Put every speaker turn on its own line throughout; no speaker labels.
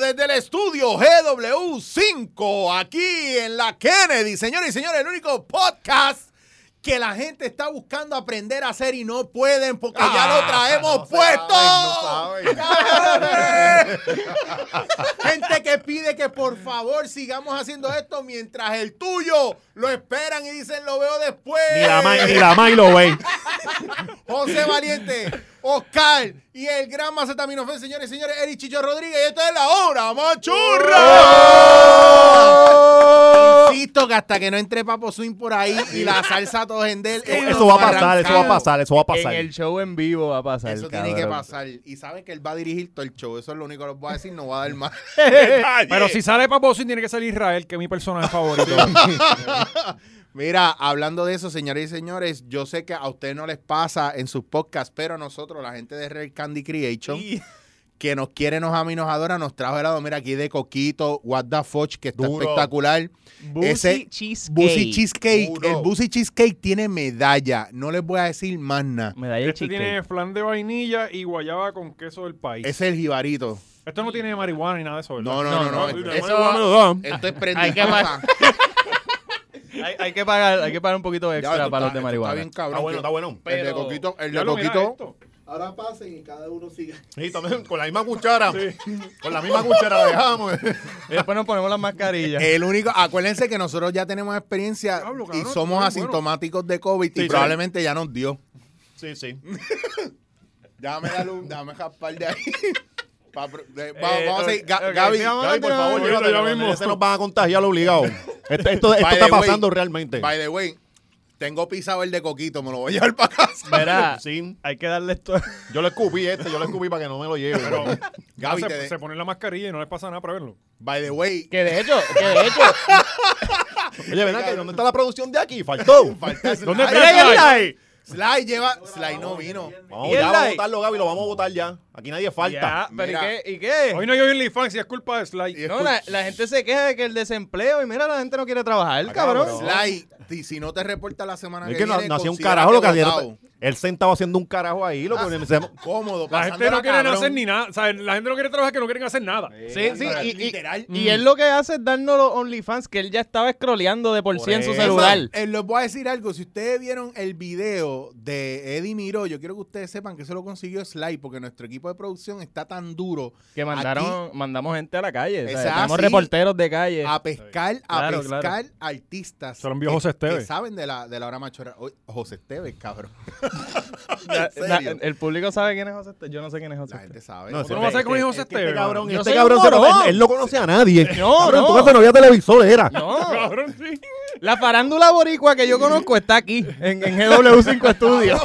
desde el estudio GW5, aquí en la Kennedy, señores y señores, el único podcast que la gente está buscando aprender a hacer y no pueden porque ya lo traemos puesto. Gente que pide que por favor sigamos haciendo esto mientras el tuyo lo esperan y dicen lo veo después.
Ni la Mai, ni la Mai lo ve.
José Valiente, Oscar y el gran Macetaminofen, señores y señores, Eric Chicho Rodríguez. Y esto es la hora
Oh.
machurra. Insisto que hasta que no entre Papo Swing por ahí y la salsa tojendel.
Eso va a pasar, eso va a pasar, eso va a pasar.
En el show en vivo va a pasar.
Eso tiene que pasar. Y saben que él va a dirigir todo el show. Eso es lo único que les voy a decir. No va a dar más.
Pero si sale Papo Sin, tiene que salir Israel, que es mi personaje favorito. Este
Mira, hablando de eso, señores y señores, yo sé que a ustedes no les pasa en sus podcasts, pero a nosotros, la gente de Red Candy Creation, que nos quiere, nos ama y nos adora, nos trajo helado. Mira, aquí de Coquito, What the Foch, que está
Duro.
espectacular. Ese
cheesecake.
Busy Cheesecake,
Duro.
el Busy Cheesecake tiene medalla. No les voy a decir más nada.
Medalla de
Este tiene
cheesecake.
flan de vainilla y guayaba con queso del país.
Es el jibarito.
Esto no tiene marihuana ni nada de eso, ¿verdad?
No, no, no, no.
Uy,
Eso-
la
eso-
marihuana me lo dan.
Esto es
Hay que
prendido.
Hay, hay que pagar, hay que pagar un poquito
Ya,
extra
esto
para los
está-
de
esto Está bien cabrón.
marihuana.
Está Ah,
que-
bueno, está bueno.
El de
Pero-
Coquito, el de
Ya lo mira
Coquito.
esto.
Ahora pasen y cada uno siga.
Sí, también con la misma cuchara. Con la misma cuchara la dejamos.
Y después nos ponemos las mascarillas.
El único, acuérdense que nosotros ya tenemos experiencia
Diablo,
y
cabrón,
somos
está bien
asintomáticos de COVID y
sí.
probablemente ya nos dio.
Sí, sí.
Déjame darle un, déjame jaspar de ahí. Pa- de- vamos,
Eh,
vamos a seguir. Ga-
ok,
Gaby,
sigamos.
Gaby, por favor,
Ahorita
llévatelo,
ya
los
mismo.
nenes Se nos van a contagiar obligado. Este, Esto, esto, esto
By
está
the way,
pasando realmente.
by the way, tengo pisado el de coquito, me lo voy a llevar para casa.
Verá,
Sí.
hay que darle esto.
Yo lo escupí este, yo lo escupí para que no me lo lleve.
Pero-
Gaby,
se,
te de-
se ponen la mascarilla y no les pasa nada para verlo.
by the way,
Que de hecho, que de hecho.
Oye, ¿verdad que dónde está la producción de aquí? Faltó.
falta Sly.
¿Dónde
Mira,
está
ahí
el
está
like?
Sly lleva, Sly no vino.
Vamos,
¿Y el
ya vamos a
like?
votarlo, Gaby, lo vamos a votar ya. Aquí nadie falta.
Ya, pero
Mira.
¿y qué? ¿Y qué?
Hoy no hay OnlyFans y es culpa
Eh. Y
de
es-
Sly.
No, la, la gente se queja de que el desempleo y mira, la gente no quiere trabajar,
Ah,
cabrón.
cabrón.
Sly, ti- si no te reporta la semana
Es
que,
que no,
viene,
no hacía un
considera
carajo lo que
que
hacía.
votado.
Él sentado haciendo un carajo ahí. Lo
Ah,
que necesitamos-
Cómodo,
La gente no
pasándola
quiere
cabrón. Eh.
hacer ni nada. O sea, la gente no quiere trabajar que no quieren hacer nada.
Sí, sí, y, y-
Literal.
y él lo que hace es darnos los OnlyFans que él ya estaba scrolleando de por, sí en su
eso.
celular.
Es más, eh, les voy a decir algo. Si ustedes vieron el video de Eddie Miro, yo quiero que ustedes sepan que eso lo consiguió Sly, porque nuestro equipo de producción está tan duro
Que mandaron, mandamos gente a la calle. o sea,
Exacto,
tenemos
sí. Ah,
reporteros de calle.
a pescar, a
Claro,
pescar
claro.
artistas.
Se lo envió
que-
José
Que
Esteves.
saben de la, de la hora machorra. Oye, José Esteves, cabrón.
La-
¿En
la-
serio?
el público sabe quién es José Esteves. Yo no sé quién es José
La
Esteves.
gente sabe.
No,
José-
¿Cómo va a ser con
Es
José
Es que
Esteves?
este cabrón,
Yo
este
soy
cabrón
un
se lo-
morón.
él, él no conoce a nadie.
No,
Cabrón,
no.
Tú que no había televisores, era.
No,
Cabrón, sí.
la farándula boricua que yo conozco está aquí, en, en GW5 Studios.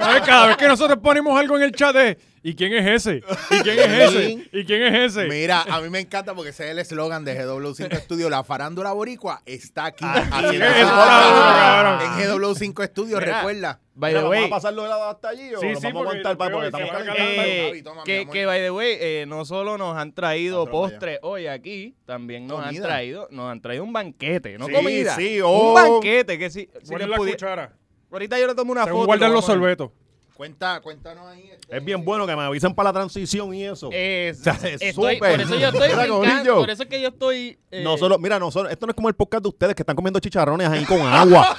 A ver, cada vez que nosotros ponemos algo en el chat es ¿y quién es ese? ¿Y quién es ese? ¿Y quién es ese?
Mira, a mí me encanta porque ese es el eslogan de GW5 Studio. La farándula boricua está aquí. haciendo
es
su
ahora,
trabajo.
cabrón.
En GW5 Studio, recuerda.
By
Mira,
the
¿Vamos
way,
a pasarlo de lado hasta allí o
Sí,
lo vamos
sí,
a
porque
aguantar para
lo
porque
peor es
estamos
que va a
calentando?
cagar.
eh,
Javi, toma, mi
que,
amor.
que by the way, eh, no solo nos han traído
Otro para allá.
postre hoy aquí, también nos han
Comida.
traído, nos han traído un banquete, no
Sí,
comida.
sí,
Un
oh.
banquete que si, si
Ponen
les
la
pudi-
cuchara.
Ahorita yo le tomo una
Según
foto.
guardan
y lo
los
vamos a-
sorbetos.
Cuenta, cuéntanos ahí. este,
Es bien bueno que me avisen para la transición y eso.
Eh,
es
estoy-
súper.
Por eso yo estoy
Mira,
brincando,
Corillo.
por eso es que yo estoy... eh,
Nosotros, mira, nosotros, esto no es como el podcast de ustedes que están comiendo chicharrones ahí con agua.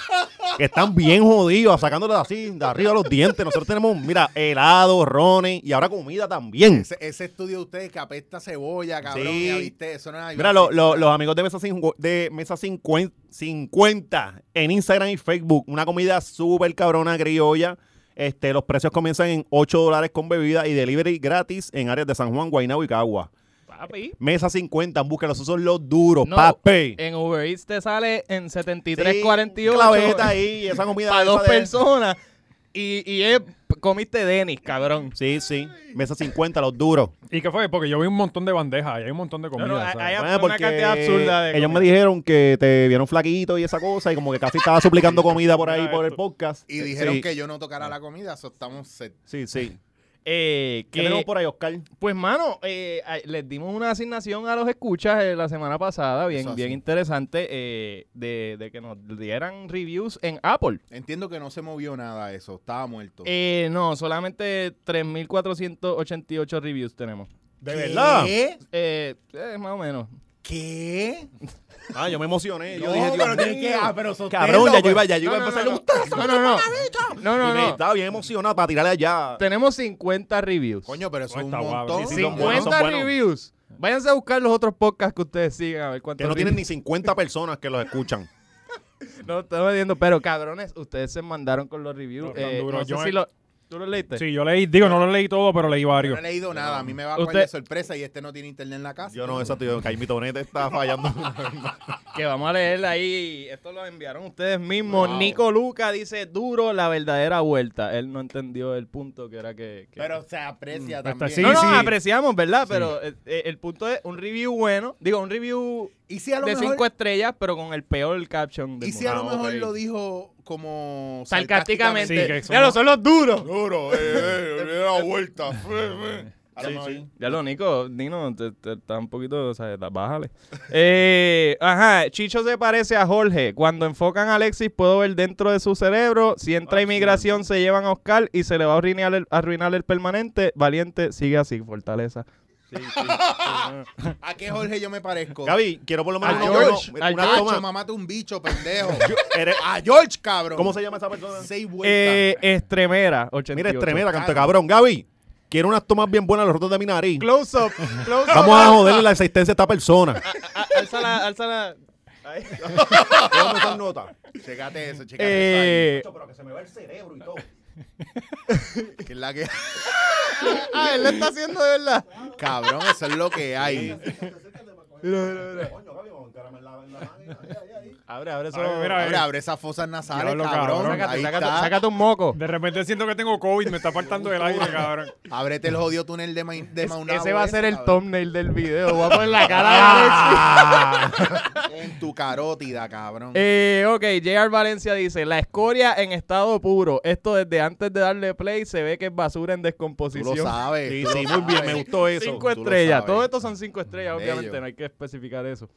que están bien jodidos, sacándoles así de arriba los dientes. Nosotros tenemos, mira, helado, rones y ahora comida también.
Ese, ese estudio de ustedes que apesta cebolla, cabrón,
Sí.
ya viste, eso no es ayuda.
Mira, lo- lo- los amigos de Mesa, Cincu- de Mesa 50, 50 en Instagram y Facebook. Una comida súper cabrona, criolla. Este, los precios comienzan en 8 dólares con bebida y delivery gratis en áreas de San Juan, Guaynabo y Cagua.
Papi.
Mesa 50, búsquelos, esos son los duros,
No, eh,
papi.
En Uber Eats te sale en
Sí,
73.48
Claveta ahí, esa comida.
para
esa
dos
de-
personas. Y, y es- comiste Denis, cabrón.
Sí, sí. Mesa 50, los duros.
¿Y qué fue? Porque yo vi un montón de bandejas y hay un montón de comida.
eh,
No, no,
¿sabes?
hay- hay-
Bueno,
una
porque
cantidad absurda de
ellos
comida.
me dijeron que te vieron flaquito y esa cosa y como que casi estaba suplicando comida por ahí
Mira
por el
esto.
podcast.
Y dijeron
Sí, Eh.
que yo no tocara la comida, eso estamos set.
Sí, sí.
Eh,
¿Qué
que-
tenemos por ahí, Oscar?
Pues, mano, eh, a- les dimos una asignación a los escuchas eh, la semana pasada,
Eso
bien,
así.
bien interesante, eh, de, de que nos dieran reviews en Apple.
Entiendo que no se movió nada eso, estaba muerto.
Eh, no, solamente 3.488 reviews tenemos.
¿De verdad?
¿Qué?
Eh, eh, más o menos.
¿Qué?
Ah, yo me emocioné. Yo
No,
dije, Dios
pero tiene
mío.
que- ah, pero sosténlo,
Cabrón, ya yo
pues.
iba, ya yo iba
No,
a
no,
empezar
no,
un
no.
tazo.
No,
Y me
no, no. No, no, no.
Estaba bien emocionado para tirarle allá.
Tenemos 50 reviews.
Coño, pero eso es un
Está guapo.
montón.
Sí, sí, son
50
son buenos.
reviews. Váyanse a buscar los otros podcasts que ustedes sigan a ver cuántos.
Que no tienen
reviews-
ni 50 personas que los escuchan.
No estoy vendiendo, pero cabrones, ustedes se mandaron con los reviews.
No, tan
Eh,
duro.
no sé
Yo
si
me-
lo- ¿Tú los leíste?
Sí, yo leí, digo, no lo leí todo, pero leí
Yo
varios.
no he leído nada. A mí me va a
Usted-
coger de sorpresa y este no tiene internet en la casa.
Yo no, exacto. Yo, Caimito Tonete está fallando.
Que vamos a leer ahí. Esto lo enviaron ustedes mismos. Nico Luca dice duro la verdadera vuelta. Él no entendió el punto que era que. que-
Pero se aprecia
Mm,
Pero está
también.
sí,
no, no,
sí.
apreciamos, ¿verdad? Pero eh, eh, el, punto es un review bueno. Digo, un review
Y si a lo
de
mejor,
cinco estrellas, pero con el peor caption del
y si a lo
Ah,
mundo.
mejor
ok.
lo dijo como
Sarcásticamente.
Sí, que son-
Ya lo son los duros.
Duro, eh, eh, le da la vuelta. A lo mejor.
Ya lo, Nico, Nino, te- te- está un poquito, o sea, ta- bájale. Eh, ajá, Chicho se parece a Jorge. Cuando enfocan a Alexis, puedo ver dentro de su cerebro. Si entra inmigración, se llevan a Oscar y se le va a arruinar el, arruinar el permanente. Valiente, sigue así, fortaleza.
¿A qué Jorge yo me parezco?
Gaby, quiero por lo menos
a
una-
George.
una-
a
una
George,
toma.
mamate un bicho, pendejo.
Eres-
a George, cabrón.
¿Cómo se llama esa persona?
Seis vueltas.
Eh, Estremera, 88.
Mira, es tremenda, canto de cabrón. Gaby, quiero unas tomas bien buenas de los rotos de mi nariz.
Close up, close up.
Vamos a joderle la existencia a esta persona.
A- Álzala, álzala. Ahí.
Vamos a tomar nota.
Checate eso, checate
Eh,
Pero que se me va el cerebro y todo.
eso ahí, que es la que...
ah, él lo está haciendo de verdad.
Cabrón, eso es lo que hay.
Abre, abre eso.
Ay, mira,
Abre, abre esas fosas nasales,
Diablo,
cabrón.
cabrón.
Sácate,
Ahí
sácate-
está.
sácate un moco.
De repente siento que tengo COVID, me está faltando el aire, cabrón.
Ábrete el jodido túnel de, Main- de Maunabo
Ese va a
ese,
ser el
cabrón.
thumbnail del video. Voy a poner la cara de Alexis.
En tu carótida, cabrón.
Eh, ok, JR Valencia dice: La escoria en estado puro. Esto desde antes de darle play se ve que es basura en
tú lo
descomposición.
sabes.
Sí,
tú
sí,
lo
muy bien,
sabes.
me gustó eso.
cinco
tú lo
estrellas.
sabes.
Todo esto son cinco estrellas,
Bello.
obviamente. No hay que especificar eso.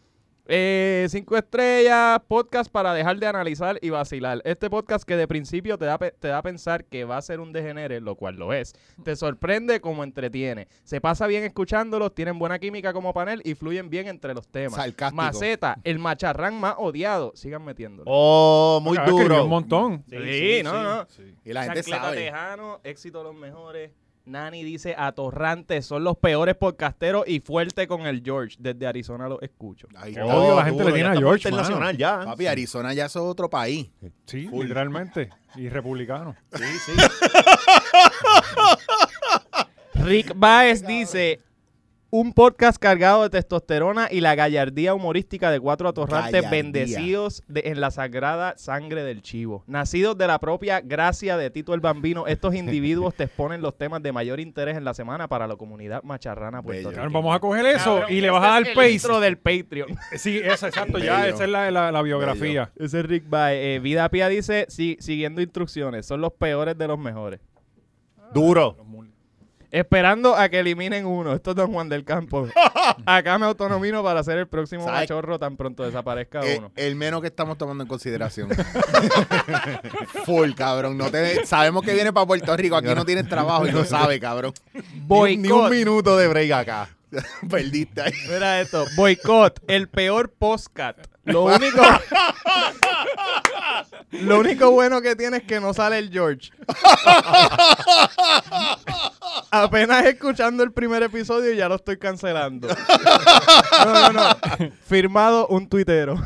Eh, cinco estrellas, podcast para dejar de analizar y vacilar. Este podcast que de principio te da, pe- te da a pensar que va a ser un degenere, lo cual lo es. Te sorprende como entretiene. Se pasa bien escuchándolos, tienen buena química como panel y fluyen bien entre los temas.
Sarcástico.
Maceta, el macharrán más odiado. Sigan metiéndolo.
Oh, muy
Cabrón, escribió Un
duro.
montón.
sí,
sí,
no,
sí.
no.
Y la gente
Chancleta
sabe.
Tejano, éxito los mejores. Nani dice, atorrantes, son los peores podcasteros y fuerte con el George. Desde Arizona los escucho.
Ahí
Qué
está.
odio la gente
Oh, Duro,
le tiene
ya
a
estamos
George,
Internacional ya.
Papi, Arizona ya es otro país.
Sí, literalmente. Y republicano.
Sí, sí.
Rick Baez dice, un podcast cargado de testosterona y la gallardía humorística de cuatro atorrantes
Gallardía.
bendecidos de- en la sagrada sangre del chivo. Nacidos de la propia gracia de Tito el Bambino, estos individuos te exponen los temas de mayor interés en la semana para la comunidad macharrana
Bello.
puertorriqueña.
Cabrón, vamos a coger eso
Cabrón,
y le
este
vas a dar
es el
pace.
intro del Patreon.
Sí, eso, exacto. Ya,
Bello.
esa es la, la, la biografía.
Ese es Rick Bae. Eh, Vida Pia dice, "Si- siguiendo instrucciones, son los peores de los mejores.
Duro.
Esperando a que eliminen uno. Esto es Don Juan del Campo. Acá me autonomino para ser el próximo
¿Sabes?
machorro tan pronto desaparezca
Eh,
uno.
el menos que estamos tomando en consideración. Full, cabrón. No te, sabemos que viene para Puerto Rico. Aquí no tienes trabajo y no sabe, cabrón.
Ni, un- ni un
Boicot.
minuto de break acá.
Perdiste ahí.
Mira esto. Boicot. El peor postcat. Lo único... Lo único bueno que tiene es que no sale el George. Apenas escuchando el primer episodio y ya lo estoy cancelando. No, no, no. Firmado un tuitero.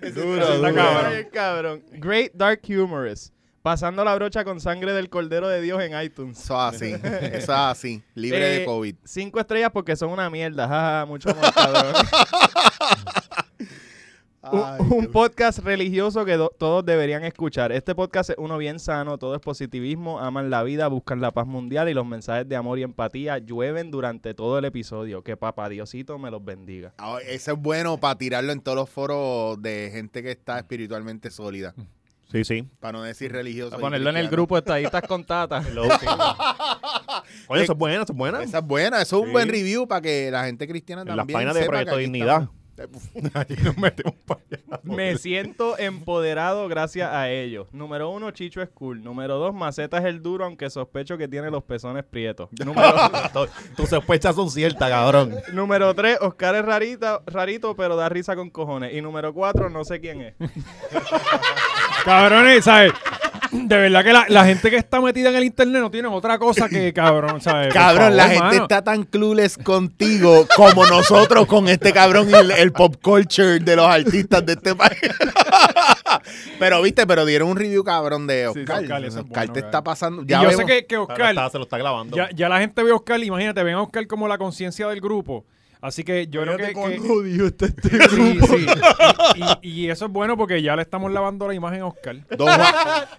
Eso está cabrón.
Ay, cabrón. Great Dark Humorous. Pasando la brocha con sangre del Cordero de Dios en iTunes.
Eso es así. Eso es así. Libre
Eh,
de COVID.
Cinco estrellas porque son una mierda. Jaja, mucho amor, cabrón. Un,
Ay,
un
qué-
podcast religioso que do- todos deberían escuchar. Este podcast es uno bien sano, todo es positivismo, aman la vida, buscan la paz mundial y los mensajes de amor y empatía llueven durante todo el episodio. Que papá Diosito me los bendiga.
Ah, ese es bueno para tirarlo en todos los foros de gente que está espiritualmente sólida.
Sí, sí.
Para no decir religioso.
A
y
ponerlo en el
cristiano.
grupo de estadistas con tata.
Oye, eso es bueno, eso es bueno.
Esa es buena. Eso es un
Sí.
buen review para que la gente cristiana
En las
también
páginas de
sepa que
Proyecto
aquí
Dignidad.
estamos.
Allí nos metemos para allá.
Me siento empoderado gracias a ellos. Número uno, Chicho es cool. Número dos, Maceta es el duro, aunque sospecho que tiene los pezones prietos. Número,
Tu- Tus sospechas son ciertas, cabrón.
número tres, Oscar es rarita, rarito, pero da risa con cojones. Y número cuatro, no sé quién es.
Cabrones, ¿sabes? De verdad que la, la gente que está metida en el internet no tiene otra cosa que cabrón, ¿sabes? Por
Cabrón,
favor,
la gente
mano.
está tan clueless contigo como nosotros con este cabrón y el, el pop culture de los artistas de este país. pero viste, pero dieron un review cabrón de
sí,
Oscar.
Oscar, eso es
Oscar
bueno,
te
cabrón.
está pasando.
Y
Ya
yo sé
vemos-
que, que
Ahora
Oscar,
está- se lo está grabando.
ya, ya la gente ve a Oscar, imagínate, ven a Oscar como la conciencia del grupo. Así que yo creo que... que-
este
Sí, sí. Y, y- y eso es bueno porque ya le estamos lavando la imagen a Oscar.
Don Juan,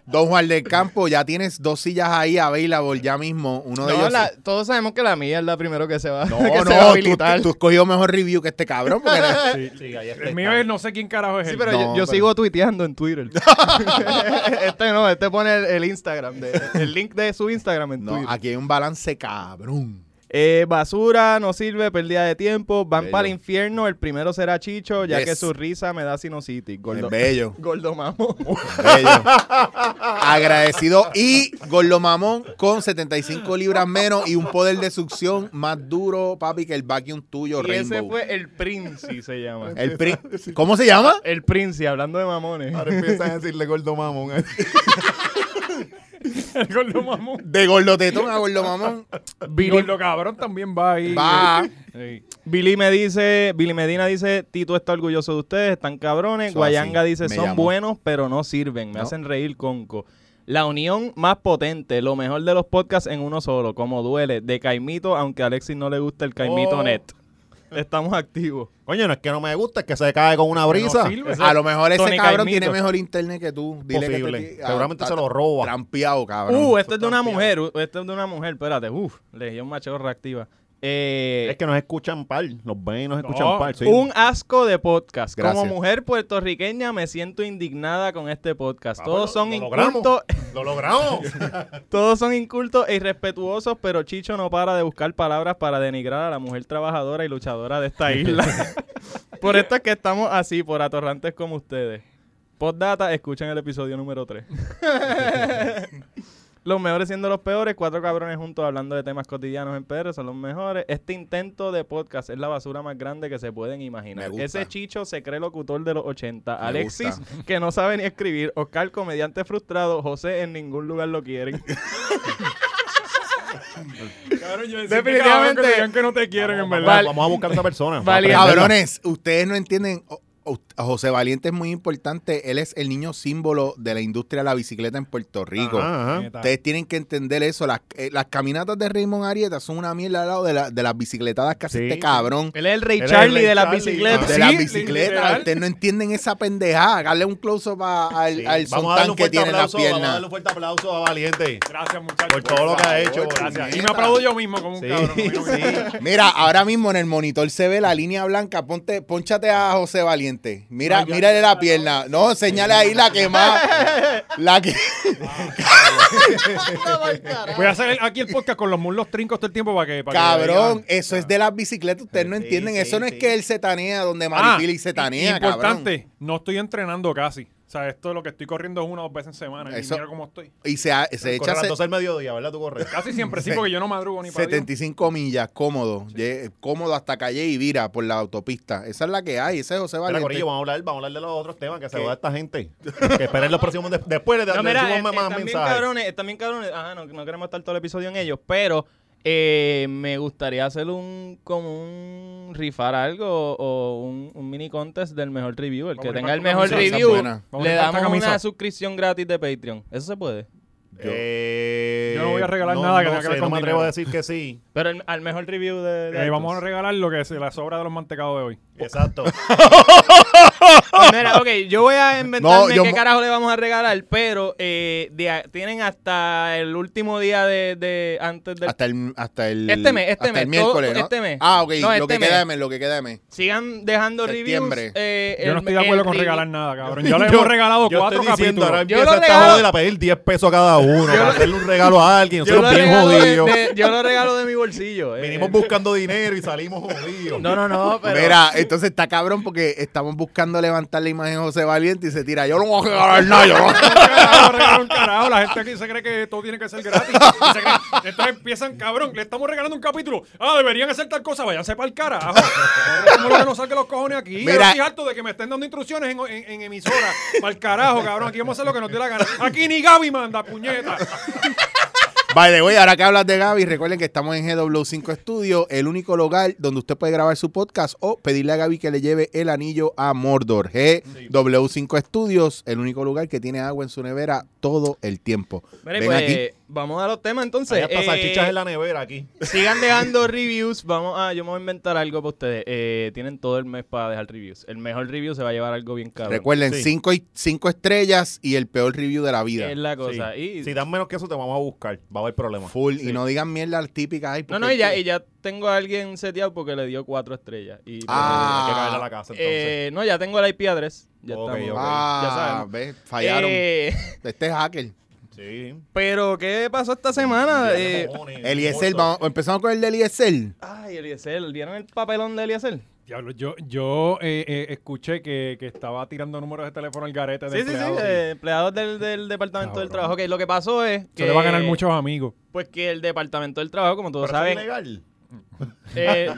Don Juan del Campo, ya tienes dos sillas ahí available ya mismo. Uno de
No,
ellos.
la- todos sabemos que la mía es la primero que se va,
No,
que
no,
se va a
tú,
habilitar.
tú has cogido mejor review que este cabrón. porque era-
Sí, sí, ahí está.
El mío es no sé quién carajo es
Sí,
él.
pero
No,
yo, yo
pero-
sigo tuiteando en Twitter. este no, este pone el, el Instagram, de- el link de su Instagram en
No, ah.
Twitter.
aquí hay un balance cabrón.
Eh, basura, no sirve, pérdida de tiempo, van
Bello.
para el infierno, el primero será Chicho, ya
Yes.
que su risa me da sinusitis. Gordo,
Es bello.
gordo mamo.
Bello. Agradecido. Y Gordo Mamón con 75 libras menos y un poder de succión más duro, papi, que el vacuum tuyo,
y ese
Rainbow. Eh.
fue el Princi, se llama.
El pri- ¿Cómo se llama?
El Princi, hablando de mamones.
Ahora empiezan a decirle gordo mamón.
El gordo mamón.
De gordotetón a gordo mamón.
El
Billy,
gordo cabrón también va ahí.
Va.
Sí.
Billy me dice, Billy Medina dice, Tito está orgulloso de ustedes, están cabrones.
Eso
Guayanga
así,
dice,
me
son
llamó.
buenos, pero no sirven, me
No.
hacen reír conco. La unión más potente, lo mejor de los podcasts en uno solo, como duele, de Caimito, aunque a Alexis no le gusta el Caimito
Oh.
Net. Estamos activos.
Coño, no es que no me gusta, es que se cae con una brisa.
No sirve.
A lo mejor ese
Tony
cabrón
Caimito.
tiene mejor internet que tú. Dile que
Posible.
te- ah,
Seguramente
está
se lo roba.
Trampeado, cabrón.
Uh, este es de una mujer, uh, este es de una mujer, espérate, uff, legión macheo reactiva. Eh,
Es que nos escuchan par, nos ven y nos escuchan
No,
par. sí.
Un asco de podcast.
Gracias.
Como mujer puertorriqueña me siento indignada con este podcast.
Ah,
Todos
pues,
son
lo logramos.
incultos
Lo logramos.
Todos son incultos e irrespetuosos, pero Chicho no para de buscar palabras para denigrar a la mujer trabajadora y luchadora de esta isla. por esto es que estamos así, por atorrantes como ustedes. Postdata, escuchen el episodio número 3. los mejores siendo los peores, cuatro cabrones juntos hablando de temas cotidianos en PR son los mejores. Este intento de podcast es la basura más grande que se pueden imaginar.
Me gusta.
Ese Chicho se cree locutor de los 80.
Me
Alexis,
gusta.
que no sabe ni escribir. Oscar, comediante frustrado. José, en ningún lugar lo quieren.
Cabrón, yo decía,
Definitivamente.
"Qué cabrón que te digan que no te quieren, en
Vamos,
verdad.
Val-
vamos a buscar a esa persona.
Valiente.
Vamos a aprenderla.
Cabrones, ustedes no entienden. o- o- José Valiente es muy importante. Él es el niño símbolo de la industria de la bicicleta en Puerto Rico.
Ajá, ajá.
Neta.
Ustedes tienen que entender eso. Las, eh, las caminatas de Raymond Arieta son una mierda al lado de, la- de las bicicletadas que hace
Sí. Eh,
este cabrón.
Él es el rey
Él es el
Charlie
rey
de las
Charlie.
bicicletas.
De
Sí,
las
literal.
bicicletas. Ustedes no entienden esa pendejada. Háganle un close-up a- al,
Sí.
al
Vamos a darle
sontán
un
que
fuerte
tiene en las
aplauso, Vamos a
piernas.
darle un fuerte aplauso a Valiente
Gracias, muchachos.
por todo lo que ha
favor,
hecho.
Gracias. Y me
puñeta.
aplaudo yo mismo como un
Sí,
cabrón. a mí no me-
Mira, ahora mismo en el monitor se ve la línea blanca. Ponte, ponchate a José Valiente. Mira,
No, ya-
mírale la pierna. No, señale ahí la que más. La que.
Voy a hacer aquí el podcast con los muslos trincos todo el tiempo para que. Para que
Cabrón,
vean.
eh,
eso
Ah.
es de las bicicletas. Ustedes no entienden. Eso no es que él se tanea donde
Ah,
Maripili se tanea, cabrón.
importante, no estoy entrenando casi. O sea, esto lo que estoy corriendo es una o dos veces en semana.
Eso-
Y mira cómo estoy.
Y se, ha- se echa
Correr a las
se-
12 del mediodía, ¿verdad? Tú corres.
Casi siempre sí,
Se-
porque yo no madrugo ni para Dios.
75 millas, cómodo. Lle- Cómodo hasta Calle y vira por la autopista. Esa es la que hay. Ese es José
Espera,
Valiente.
Corillo, vamos a hablar, vamos a hablar de los otros temas que se va a esta gente. Que esperen los próximos de- después le, le
No, mira,
decimos ah,
eh,
más
eh, también
mensajes.
cabrones, eh, también cabrones, ajá, no, no queremos estar todo el episodio en ellos, pero eh, me gustaría hacer un, como un, rifar algo o un, un mini contest del mejor review. El
Vamos
que
a rifar
tenga el
tu
mejor
camisa, esa
es
review,
buena.
Vamos a
le
rifar esta
damos una
camisa.
suscripción gratis de Patreon. Eso se puede.
Eh,
Yo no voy a regalar nada que
no
tenga que
sé,
ver
No
con
me atrevo a
dinero.
decir que sí.
Pero el- al mejor review de... de
Eh, vamos a
iTunes.
regalar lo que se la sobra de los mantecados de hoy.
Exacto.
Pues mira, ok, yo voy a inventarme
No, yo
qué
mo-
carajo le vamos a regalar, pero eh, de a- tienen hasta el último día de, de- antes del...
Hasta el, hasta el,
Este mes, este
hasta el
mes,
miércoles,
todo-
¿no?
este mes.
Ah, ok,
No,
lo
este
que
mes.
queda de mes, lo que queda de mes.
Sigan dejando
Septiembre.
reviews. eh,
Yo no
el-
estoy de acuerdo
el
con
review-
regalar nada, cabrón. Ya le hemos regalado
yo
cuatro
estoy diciendo, ahora
capítulos.
Yo
empieza
lo
esta
regalo-
joder a pedir 10 pesos a cada uno, para hacerle un regalo a alguien.
Yo lo,
Nosotros bien
regalo de,
jodidos.
de- yo lo regalo de mi bolsillo. eh.
Vinimos buscando dinero y salimos jodidos.
No, no, no, pero...
Mira, Entonces está cabrón porque estamos buscando levantar la imagen de José Valiente y se tira. Yo no voy a regalar nada. yo no voy a regalar".
Carajo, regalar un carajo. La gente aquí se cree que todo tiene que ser gratis. Y se cree- entonces empiezan, cabrón, le estamos regalando un capítulo. Ah, deberían hacer tal cosa, váyanse para el carajo. Como lo que nos salga los cojones aquí. Yo
Mira.
estoy harto de que me estén dando instrucciones en, en, en emisora. Para el carajo, cabrón. Aquí vamos a hacer lo que nos dé la gana. Aquí ni Gaby manda, puñeta.
By the way, ahora que hablas de Gaby, recuerden que estamos en GW5 Studio, el único lugar donde usted puede grabar su podcast o pedirle a Gaby que le lleve el anillo a Mordor. GW5 Studios, el único lugar que tiene agua en su nevera todo el tiempo.
Mira,
Ven
pues,
aquí.
vamos a los temas entonces.
Hay hasta
Eh,
salchichas en la nevera aquí.
Sigan dejando reviews. Vamos a, yo me voy a inventar algo para ustedes. Eh, tienen todo el mes para dejar reviews. El mejor review se va a llevar algo bien caro.
Recuerden,
Sí.
cinco, y- cinco estrellas y el peor review de la vida.
Es la cosa. Y,
Si dan menos que eso, te vamos a buscar. Va a haber problemas.
Full. Y no digan mierda típica. Ay,
no,
porque-
no, y ya, y ya tengo a alguien seteado porque le dio cuatro estrellas. Y, pues,
Ah.
Eh, Hay que caer a la casa, entonces.
Eh, no, ya tengo el IP address. Ya
Ok,
estamos.
ok.
Ya
Ah,
saben.
ves, fallaron.
Eh,
Este es hacker.
sí.
pero, ¿qué pasó esta semana? Eh,
El ISL, vamos- empezamos con el del ISL.
ay, Eliezer, ¿vieron el papelón de Eliezer?
Diablo, yo, yo eh, eh, escuché que, que estaba tirando números de teléfono al garete de
Sí, sí, sí,
empleados.
eh, empleados del, del Departamento del
Cabrón.
Trabajo. Ok, lo que pasó es que...
Se le va a ganar muchos amigos.
Pues que el Departamento del Trabajo, como todos
¿Pero saben?
saben...
legal?
eh,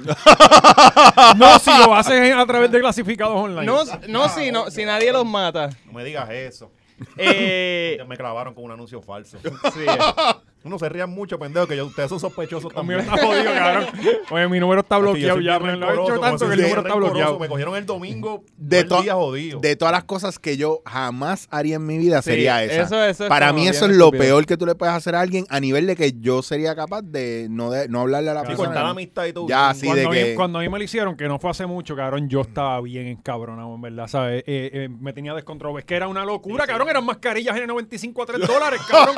No, si lo haces a través de clasificados online.
no, no, si, no, si nadie los mata.
No me digas eso.
Eh,
Ya me clavaron con un anuncio falso.
sí, eh.
Uno se rían mucho, pendejo, que yo, ustedes son sospechosos
El mío
también.
está jodido, cabrón. Oye, mi número está
Yo
bloqueado
soy
ya.
bien
Me lo he
rencoroso,
hecho
como
tanto
soy
que el
bien
número está
rencoroso,
bloqueado.
Me cogieron el domingo
De,
todo
to-
el día jodido.
de todas las cosas que yo jamás haría en mi vida
Sí,
sería esa.
eso- eso es
Para
como
mí
bien
eso es lo
estúpido.
peor que tú le puedes hacer a alguien a nivel de que yo sería capaz de no, de- no hablarle a la
Sí,
Y
persona.
cortar la amistad y todo.
Ya, sí,
cuando,
de
a mí,
que...
cuando a mí me lo hicieron, que no fue hace mucho, cabrón, yo estaba bien encabronado, en verdad, ¿sabes? Eh, eh, me tenía descontrol. Es que era una locura, cabrón. Eran mascarillas en 95 a 3 dólares, cabrón.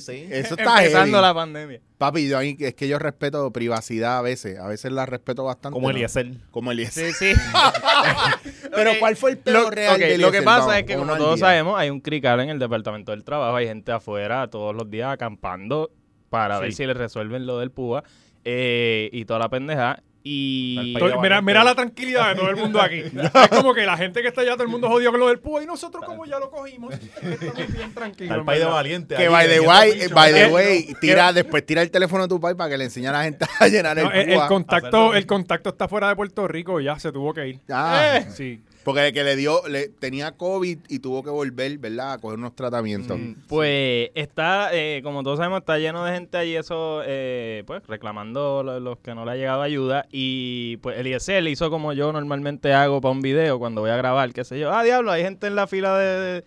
Sí, sí.
Eso está
empezando
heavy.
la pandemia.
Papi, yo, ahí- es que yo respeto privacidad a veces. A veces la respeto bastante.
Como
¿no?
el ISL.
Como el ISL.
Sí, sí.
Pero
Ok,
¿cuál fue el peor
Lo,
real
ok,
del
lo que
ISL?
pasa
Vamos,
es que,
uno
como
al
todos
día.
sabemos, hay un crical en el Departamento del Trabajo. Hay gente afuera todos los días acampando para ver
Sí.
si le resuelven lo del PUA eh, y toda la pendeja. Y. pues,
Al
Estoy- mira, mira la tranquilidad de todo el mundo aquí. Es como que la gente que está allá, todo el mundo jodido con lo del púa y nosotros como ya lo cogimos, estamos bien tranquilos.
Está el
en
país de
verdad.
valiente.
Que
ahí,
by the
vendiendo
way,
bichos.
by the
Eh,
way, tira, después tira el teléfono a tu pai para que le enseñe a la gente a llenar el,
No, el, el
púa.
contacto, el contacto está fuera de Puerto Rico, ya se tuvo que ir. Eh,
Ah.
Eh.
Sí.
Porque el que le dio, le, tenía COVID y tuvo que volver, ¿verdad? A coger unos tratamientos.
Pues está, eh, como todos sabemos, está lleno de gente allí, eso, eh, pues reclamando lo- los, que no le ha llegado ayuda. Y pues Eliezer hizo como yo normalmente hago para un video cuando voy a grabar, qué sé yo. Ah, diablo, hay gente en la fila de- de-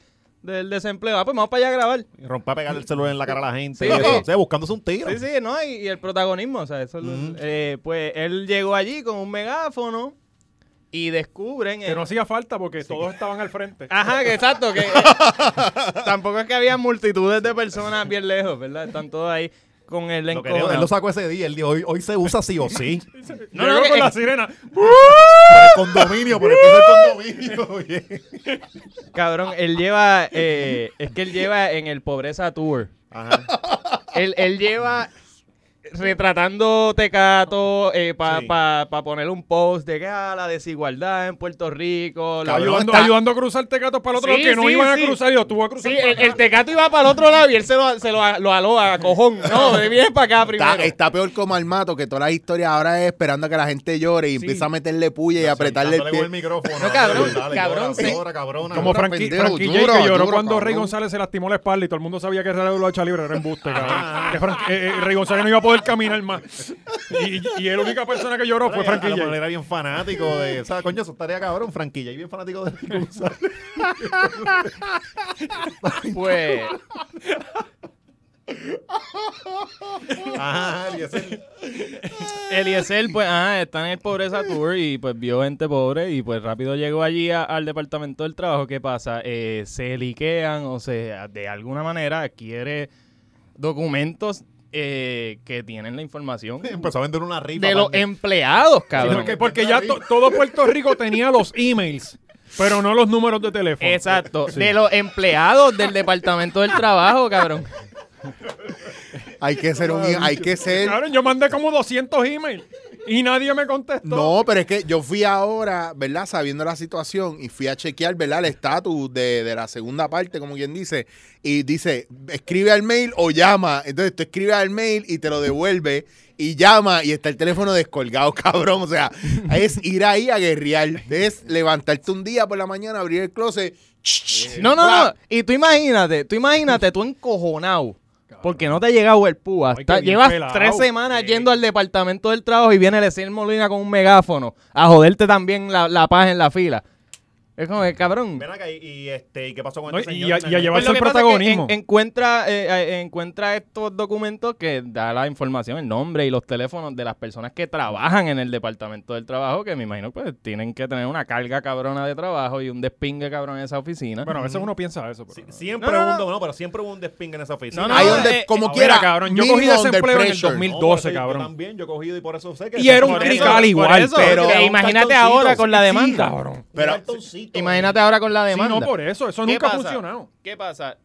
del desempleo. Ah, pues vamos para allá a grabar.
Y Rompa a pegarle el celular en la cara a la gente.
Sí,
y eso.
sí.
O sea, buscándose un tiro.
Sí, sí, ¿no? Y, y el protagonismo, o sea, eso es lo-
Ujú.
eh, Pues él llegó allí con un megáfono y descubren...
Que
el-
no hacía falta porque todos estaban al frente.
Ajá, que exacto, que eh, tampoco es que había multitudes de personas bien lejos, ¿verdad? Están todos ahí con el
Lo que digo, él
encono.
lo sacó ese día. Él dijo, hoy, hoy se usa sí o sí.
No,
No,
no, que-
con la
eh,
sirena.
por el condominio, por el piso del condominio. oye.
Cabrón, él lleva. eh, es que él lleva en el Pobreza Tour.
Ajá.
Él, él lleva retratando Tecato eh, para
Sí.
poner un post de que ah, la desigualdad en Puerto Rico. la-
Cabrón,
ayudando,
está-
ayudando a cruzar tecatos para el otro
Sí,
lado que no
sí,
iban
sí.
a cruzar y lo tuvo a cruzar.
Sí,
para
el,
acá.
el Tecato iba para el otro lado y él se lo, se lo, lo aló a cojón. No, él viene para acá primero.
Está, está peor como al mato, que todas las historias ahora es esperando a que la gente llore y empieza a meterle puya y apretarle el
Dándole
pie.
con micrófono.
No, cabrón,
Dale, llora,
cabrón, sí.
llora, cabrona.
Como
Duro,
Frankie,
pendejo,
Frankie J,
duro,
que lloró
duro,
cuando Rey
cabrón.
González se lastimó la espalda y todo el mundo sabía que era la lucha libre, era embuste, cabrón. que Frank- eh, eh, Rey González no iba a poder caminar más. Y, y, y la única persona que lloró fue
Oye, a
Frankie
lo mejor
J.
era bien fanático de. O sea, coño, eso estaría cabrón, franquilla. Y bien fanático de Ricky González.
Pues.
Ajá, y ese-
Eliezer, pues, ah, está en el Pobreza Tour y pues vio gente pobre y pues rápido llegó allí a- al Departamento del Trabajo. ¿Qué pasa? Eh, se liquean o se, de alguna manera adquiere documentos eh, que tienen la información
Empezó a vender una rifa.
de los
aparte.
empleados, cabrón.
Porque, porque ya to- todo Puerto Rico tenía los emails, pero no los números de teléfono.
Exacto, de los empleados del Departamento del Trabajo, cabrón.
Hay que ser un hay que ser
Cabrón, yo mandé como 200 emails. Y nadie me contestó.
No, pero es que yo fui ahora, ¿verdad? Sabiendo la situación y fui a chequear, ¿verdad? El estatus de, de la segunda parte, como quien dice. Y dice, escribe al mail o llama. Entonces tú escribes al mail y te lo devuelve y llama y está el teléfono descolgado, cabrón. O sea, es ir ahí a guerrear. Es levantarte un día por la mañana, abrir el closet.
No, no, no. Y tú imagínate, tú imagínate, tú encojonado. Porque no te ha llegado el púa.
Ay,
Está-
qué bien
llevas
pelado.
tres semanas
Sí.
yendo al departamento del trabajo y viene Lecil Molina con un megáfono a joderte también la, la paz en la fila. Es como que, cabrón.
Ven acá, y, y, este, ¿y qué pasó con
No,
este
y
señor?
a- y a llevar-
Pues lo
el
que pasa es que
protagonismo.
en- encuentra, eh, eh, encuentra estos documentos que da la información, el nombre y los teléfonos de las personas que trabajan en el departamento del trabajo, que me imagino pues tienen que tener una carga cabrona de trabajo y un despingue cabrón en esa oficina.
Bueno, a veces uno piensa eso. Pero
Sí,
no.
Pues, siempre
No, no,
hubo un,
no.
no, pero siempre hubo un despingue en esa oficina.
No, no,
Ahí
no,
donde,
eh,
como
mira,
quiera,
cabrón, yo
mínimo
cogí desempleo
under
en el
pressure.
2000.
No, por eso
2012,
yo
cabrón.
también, yo he cogido y por eso sé que...
Y era un
Por eso,
crical
por
igual,
eso,
pero-
era un
imagínate
cartoncito.
ahora con la
Sí,
demanda.
cabrón.
Pero-
Un cartoncito.
Imagínate ahora con la
Sí,
demanda.
no, por eso. Eso
¿Qué
nunca ha
pasa?
funcionado.
¿Qué pasa?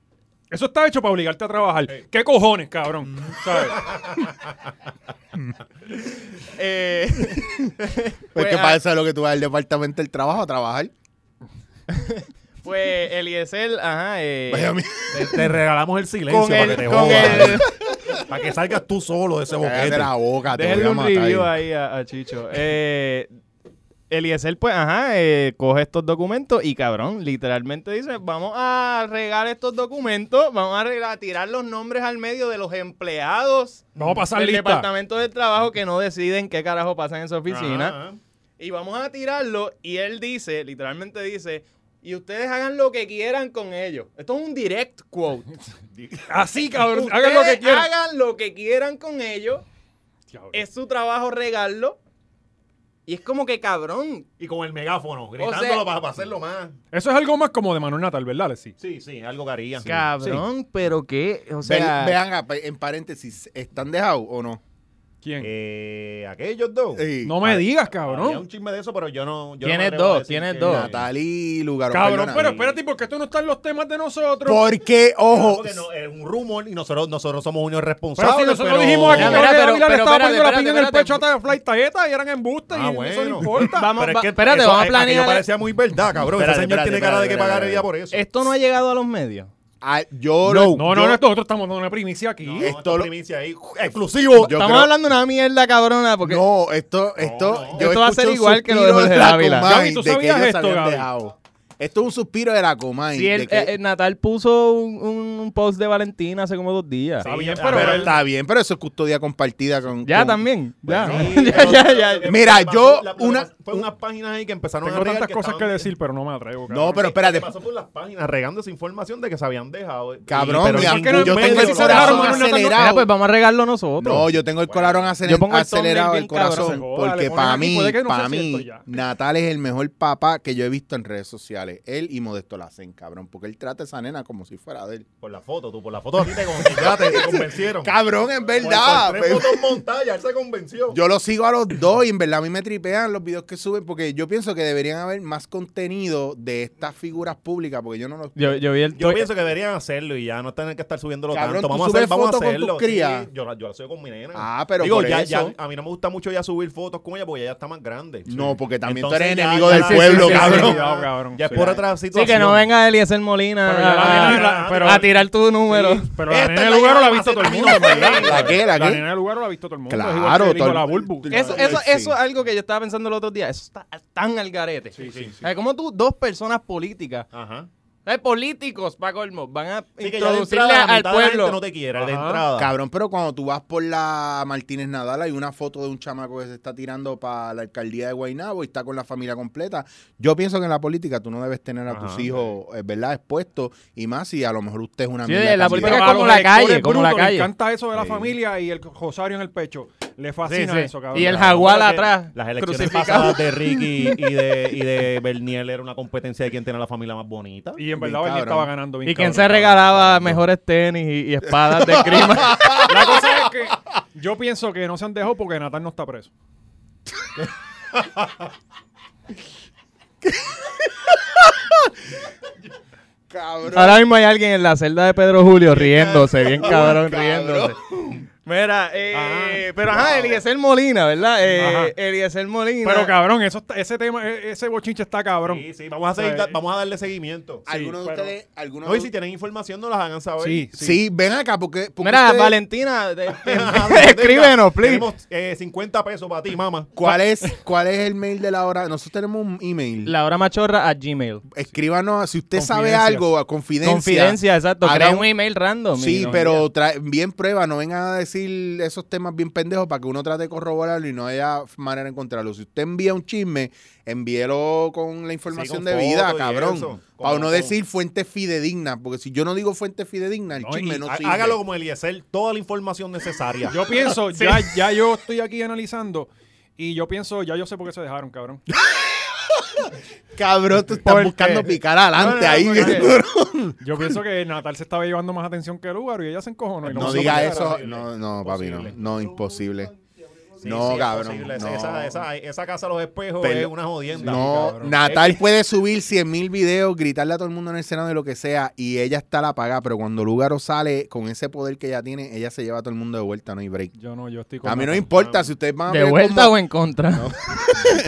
Eso está hecho para obligarte a trabajar. ¿Qué cojones, cabrón? ¿Sabes?
Eh,
Pues que
Pues,
para
ah. eh,
eso es lo que tú vas al departamento del trabajo a trabajar.
pues Eliezer, ajá, eh,
Vaya mierda.
Te, te regalamos el silencio
con
para
el,
que te
con
jodas.
el-
Para que salgas tú solo de ese boquete.
Cállate la boca, te voy
Déjenle
a
un
matar.
review ahí a, a Chicho. Eh, Eliezer, pues, ajá, eh, coge estos documentos y cabrón, literalmente dice, vamos a regar estos documentos, vamos a, regar- a tirar los nombres al medio de los empleados
Vamos a pasar
del
lista.
departamento del trabajo que no deciden qué carajo pasa en su oficina.
Ajá.
Y vamos a tirarlo y él dice, literalmente dice, y ustedes hagan lo que quieran con ellos. Esto es un direct quote.
Así, cabrón.
Ustedes
Hagan lo que quieran.
Hagan lo que quieran con ellos. Es su trabajo regarlo. Y es como que cabrón.
Y con el megáfono, gritándolo
sea-
para, para hacerlo más.
Eso es algo más como de Manuel Natal, ¿verdad, Leslie?
Sí, sí, algo garía.
Cabrón, pero qué. O
Ve-
sea.
vean, acá, en paréntesis, ¿están dejados o no?
¿Quién?
Eh, aquellos dos.
Sí.
no me digas, cabrón.
Había un chisme de eso, pero yo no. Yo no
Tienes
me atrevo a
dos,
decir
tienes
que-
dos.
Natalí, Lugaro.
Cabrón,
perdona.
pero espérate, porque esto no está en los temas de nosotros.
Porque,
No,
ojo,
porque no, es un rumor y nosotros, nosotros somos unos
pero
responsables.
si nosotros dijimos aquí
Mira,
que
mira,
Gabriel
pero-
Ávila le
pero
estaba
espérate,
poniendo la piña en el
espérate,
pecho a Fly Talleta y eran embustes
Ah,
y eso
bueno.
no importa.
Vamos,
Pero es
va-
que
espérate,
eso-
vamos a
aquello
planear.
parecía muy verdad, cabrón.
Espérate,
Ese señor
espérate,
tiene cara de que
espérate, espérate,
pagaría por eso.
Esto no ha llegado a los medios.
ah, yo
No.
lo- yo-
no, no, no, nosotros estamos dando una primicia aquí.
No,
esto
esto
lo-
primicia ahí, exclusivo.
Yo
Estamos
creo-
hablando de una mierda cabrona. Porque
No, esto, esto,
no.
yo
Esto va a
escuché
ser
un
igual que lo de
suspiro
Jorge
la
Dávila.
Comay
Gaby, ¿tú
de que
sabías
ellos
esto,
habían
Gaby?
dejado. Esto es un suspiro de la Comay.
si el-
de Ah, que-
eh, eh, Natal puso un, un- un post de Valentina hace como dos días.
Está bien,
Sí,
pero,
pero
él-
está bien, pero eso es custodia compartida con.
Ya
con-
también. Ya.
Sí,
ya,
pero-
ya, ya.
Mira,
lo que
yo
pasó- la- lo que
una-
pasó- Fue unas páginas ahí que empezaron a
tengo
regar
tantas cosas que
estaban-
decir, pero no me atrevo.
No,
cabrón.
pero
que
espérate.
Pasó por las páginas regando esa información de que se habían dejado. Y-
Cabrón,
pero
mi
ningún
amor, yo
medio
tengo el
lo
se dejaron,
corazón
grabó.
mano, en una-
Mira, pues
acelerado.
vamos a regarlo nosotros.
No, yo tengo el corazón acele-
Yo pongo el
acelerado,
thumbnail
el
bien cabrón,
corazón,
se joda, le
porque
ponen
para
aquí,
mí,
puede que no
para
sea cierto
mí,
ya.
Natal es el mejor papá que yo he visto en redes sociales. Él y Modesto la hacen, cabrón, porque él trata a esa nena como si fuera de él.
Por la foto, tú, por la foto a ti te conquistaste, te convencieron.
Cabrón, en
Por-
verdad.
Por,
pero-
tres fotos montadas, él se convenció.
Yo lo sigo a los dos y en verdad a mí me tripean los videos que suben porque yo pienso que deberían haber más contenido de estas figuras públicas porque yo no los...
Yo, yo vi el
Yo
tuit-
pienso que deberían hacerlo y ya no tener que estar subiéndolo
Cabrón,
tanto.
tú
Vamos a,
subes
hacer, vamos a
fotos con
hacerlo.
tus crías.
Sí, yo, la- yo la subo con mi nena.
Ah, pero
Digo,
por
ya,
eso-
ya- a mí no me gusta mucho ya subir fotos con ella porque ella ya está más grande.
No, porque también tú
Entonces
eres
ya-
enemigo
ya
del
la-
pueblo,
sí, sí, sí,
cabrón.
cuidado, cabrón.
Ya es
Sí,
por
ya.
otra
Sí,
situación.
que no venga Eliezer Molina
Pero ya la
a-
nena-
a-
la- pero-
a tirar tu número.
Pero la
Esta
nena
es
de
la
Lugaro la
llamada
ha visto todo el
más
mundo, en ¿verdad?
¿La qué? ¿La
La
qué?
nena de Lugaro la ha visto todo el mundo.
Claro,
es igual que el hijo
todo
de la
el-
Bulbu.
todo el-
Eso, eso,
Sí.
eso es algo que yo estaba pensando el otro día. Eso está tan al garete. Ay, Como tú, dos personas políticas,
Ajá.
ay, políticos, pa' colmo, van a
Sí, que ya de
introducirle
entrada la
al
mitad de la gente
pueblo.
no te quiera, de
Ajá.
entrada.
Cabrón, pero cuando tú vas por la Martínez Nadal hay una foto de un chamaco que se está tirando para la alcaldía de Guaynabo y está con la familia completa. Yo pienso que en la política tú no debes tener a tus
Ajá.
hijos, eh, ¿verdad?, expuestos y más si a lo mejor usted es una
Sí,
mierda
en la
también.
política
Pero a
como
los
la
electores
calle, como la
brutos
calle.
Le encanta eso de la
Sí.
familia y el rosario en el pecho. Le
Sí,
fascina
sí.
eso, cabrón.
Y el
Cabrón.
jaguar
Porque
atrás.
Las elecciones
crucificado.
pasadas de Ricky y de, y de Berniel era una competencia de quién tenía la familia más bonita.
Y
Bien
en verdad él
cabrón.
estaba ganando bien
Y quien
cabrón.
se regalaba mejores tenis y, y espadas de crima.
La cosa es que yo pienso que no se han dejado porque Natal no está preso.
Cabrón.
Ahora mismo hay alguien en la celda de Pedro Julio riéndose, bien cabrón,
cabrón.
riéndose. Mira,
Ah.
eh, pero ajá, Eliezer Molina, ¿verdad?
Ajá.
Eh, Eliezer Molina.
Pero cabrón, eso está- ese tema, e- ese bochinche está cabrón.
Sí, sí, vamos a, seguir, da- vamos a darle seguimiento.
¿Alguno de
pero-
ustedes? alguno
No,
de-
y si tienen información, nos las hagan saber.
Sí,
sí. ven acá, porque. porque
Mira,
ustedes-
Valentina, de-
Escríbenos,
escríbenos, please.
Tenemos eh, 50 pesos para ti, mamá.
¿Cuál es, ¿Cuál es el mail de la hora? Nosotros tenemos un email.
La hora machorra a Gmail.
Escríbanos, si usted sabe
Confidencias.
algo, a confidencia.
Confidencia, exacto.
Haga
Crea
un-
un email random. y
Sí,
nos
pero tra- bien prueba, no vengan a decir esos temas bien pendejos para que uno trate de corroborarlo y no haya manera de encontrarlo. Si usted envía un chisme, envíelo con la información
con
de vida,
foto y
cabrón.
eso.
Para
Con-
uno
con-
decir fuente fidedigna, porque si yo no digo fuente fidedigna, el
No,
chisme
y
no
Há-
sirve.
Hágalo como Eliezer, toda la información necesaria.
Yo pienso, ya, ya yo estoy aquí analizando y yo pienso, ya yo sé por qué se dejaron, cabrón.
Cabrón, tú estás
Porque-
buscando picar adelante
No, no, no,
ahí.
porque-
bien duro.
Yo pienso que Natal se estaba llevando más atención que Lugaro y ella se encojonó. y lo
No,
mandó
diga
para
eso.
carajo.
No, no, papi, no. No, imposible.
Sí,
no,
sí, es
cabrón.
posible. Esa-
no.
Esa, esa- esa casa de los espejos
Pero-
es una jodienda.
No,
cabrón.
Natal puede subir 100.000 mil videos, gritarle a todo el mundo en el Senado de lo que sea, y ella está la pagada, pero cuando Lugaro sale con ese poder que ella tiene, ella se lleva a todo el mundo de vuelta, no hay break.
Yo no, yo estoy con
A mí no
Natal.
importa si ustedes van a
envía. ¿De
pelear
vuelta
con,
o en contra?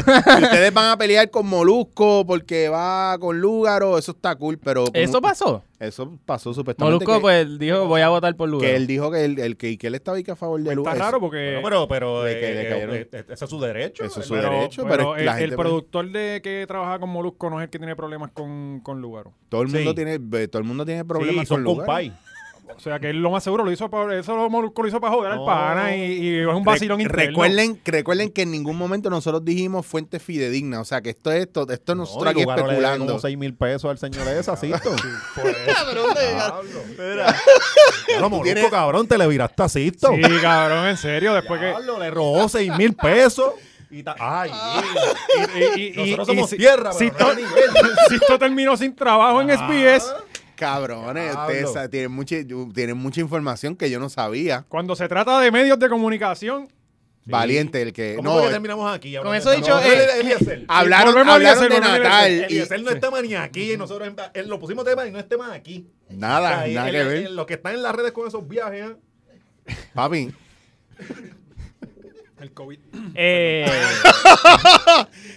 Mo- si ustedes van a pelear con Molusco porque va con Lugaro, eso está cool, pero con-
¿Eso pasó?
eso pasó supuestamente
Molusco
que,
pues dijo voy a votar por Lugaro.
que él dijo que él, el que, que él estaba ahí que a favor
Pues
de
Está
Lugaro.
raro porque...
Bueno, pero, pero
Le que-
eh,
le
eh,
cayeron.
eh, eh, ese es su derecho.
Eso es su
hermano.
Pero-
derecho,
pero
pero
el,
la
el
gente-
productor de que trabajaba con Molusco no es el que tiene problemas con, con Lugaro.
Todo el mundo
Sí.
tiene ve, todo el mundo tiene
Sí,
problemas
son
con Lugaro.
compay.
O sea, que él lo más seguro lo hizo para... Eso lo Molusco lo hizo para joder al
No.
pana y, y es un
Re-
vacilón interno.
Recuerden, recuerden que en ningún momento nosotros dijimos fuente fidedigna. O sea, que esto es esto, esto nosotros
No,
aquí
Lugaro le debe
especulando.
como 6 mil pesos al señor ese, Sisto. Diablo. Diablo, Molusco,
tienes-
cabrón, te le viraste a Sisto.
Sí, cabrón, en serio, después que...
Diablo, le robó 6 mil pesos. Y ta- Ay,
Y, y- y-
nosotros
y
somos
si-
tierra,
si
pero no
to-
a nivel.
si esto terminó sin trabajo en SBS.
Cabrones,
Diablo.
ustedes sa- tienen mucha, tienen mucha información que yo no sabía.
Cuando se trata de medios de comunicación,
Valiente el que.
¿Cómo
No,
fue que
eh,
terminamos aquí?
Con eso dicho,
No,
eh,
Eliezer. Ah,
hablaron,
volvemos a
hablaron de
Eliezer, volvemos a
Natal. y-
Eliezer no es tema ni aquí. y Nosotros en- él lo pusimos tema y no es tema aquí.
nada,
O sea,
nada
el-
que
el-
ver.
el- Los que están en las redes con esos viajes. ¿eh?
Papi,
el COVID.
Eh,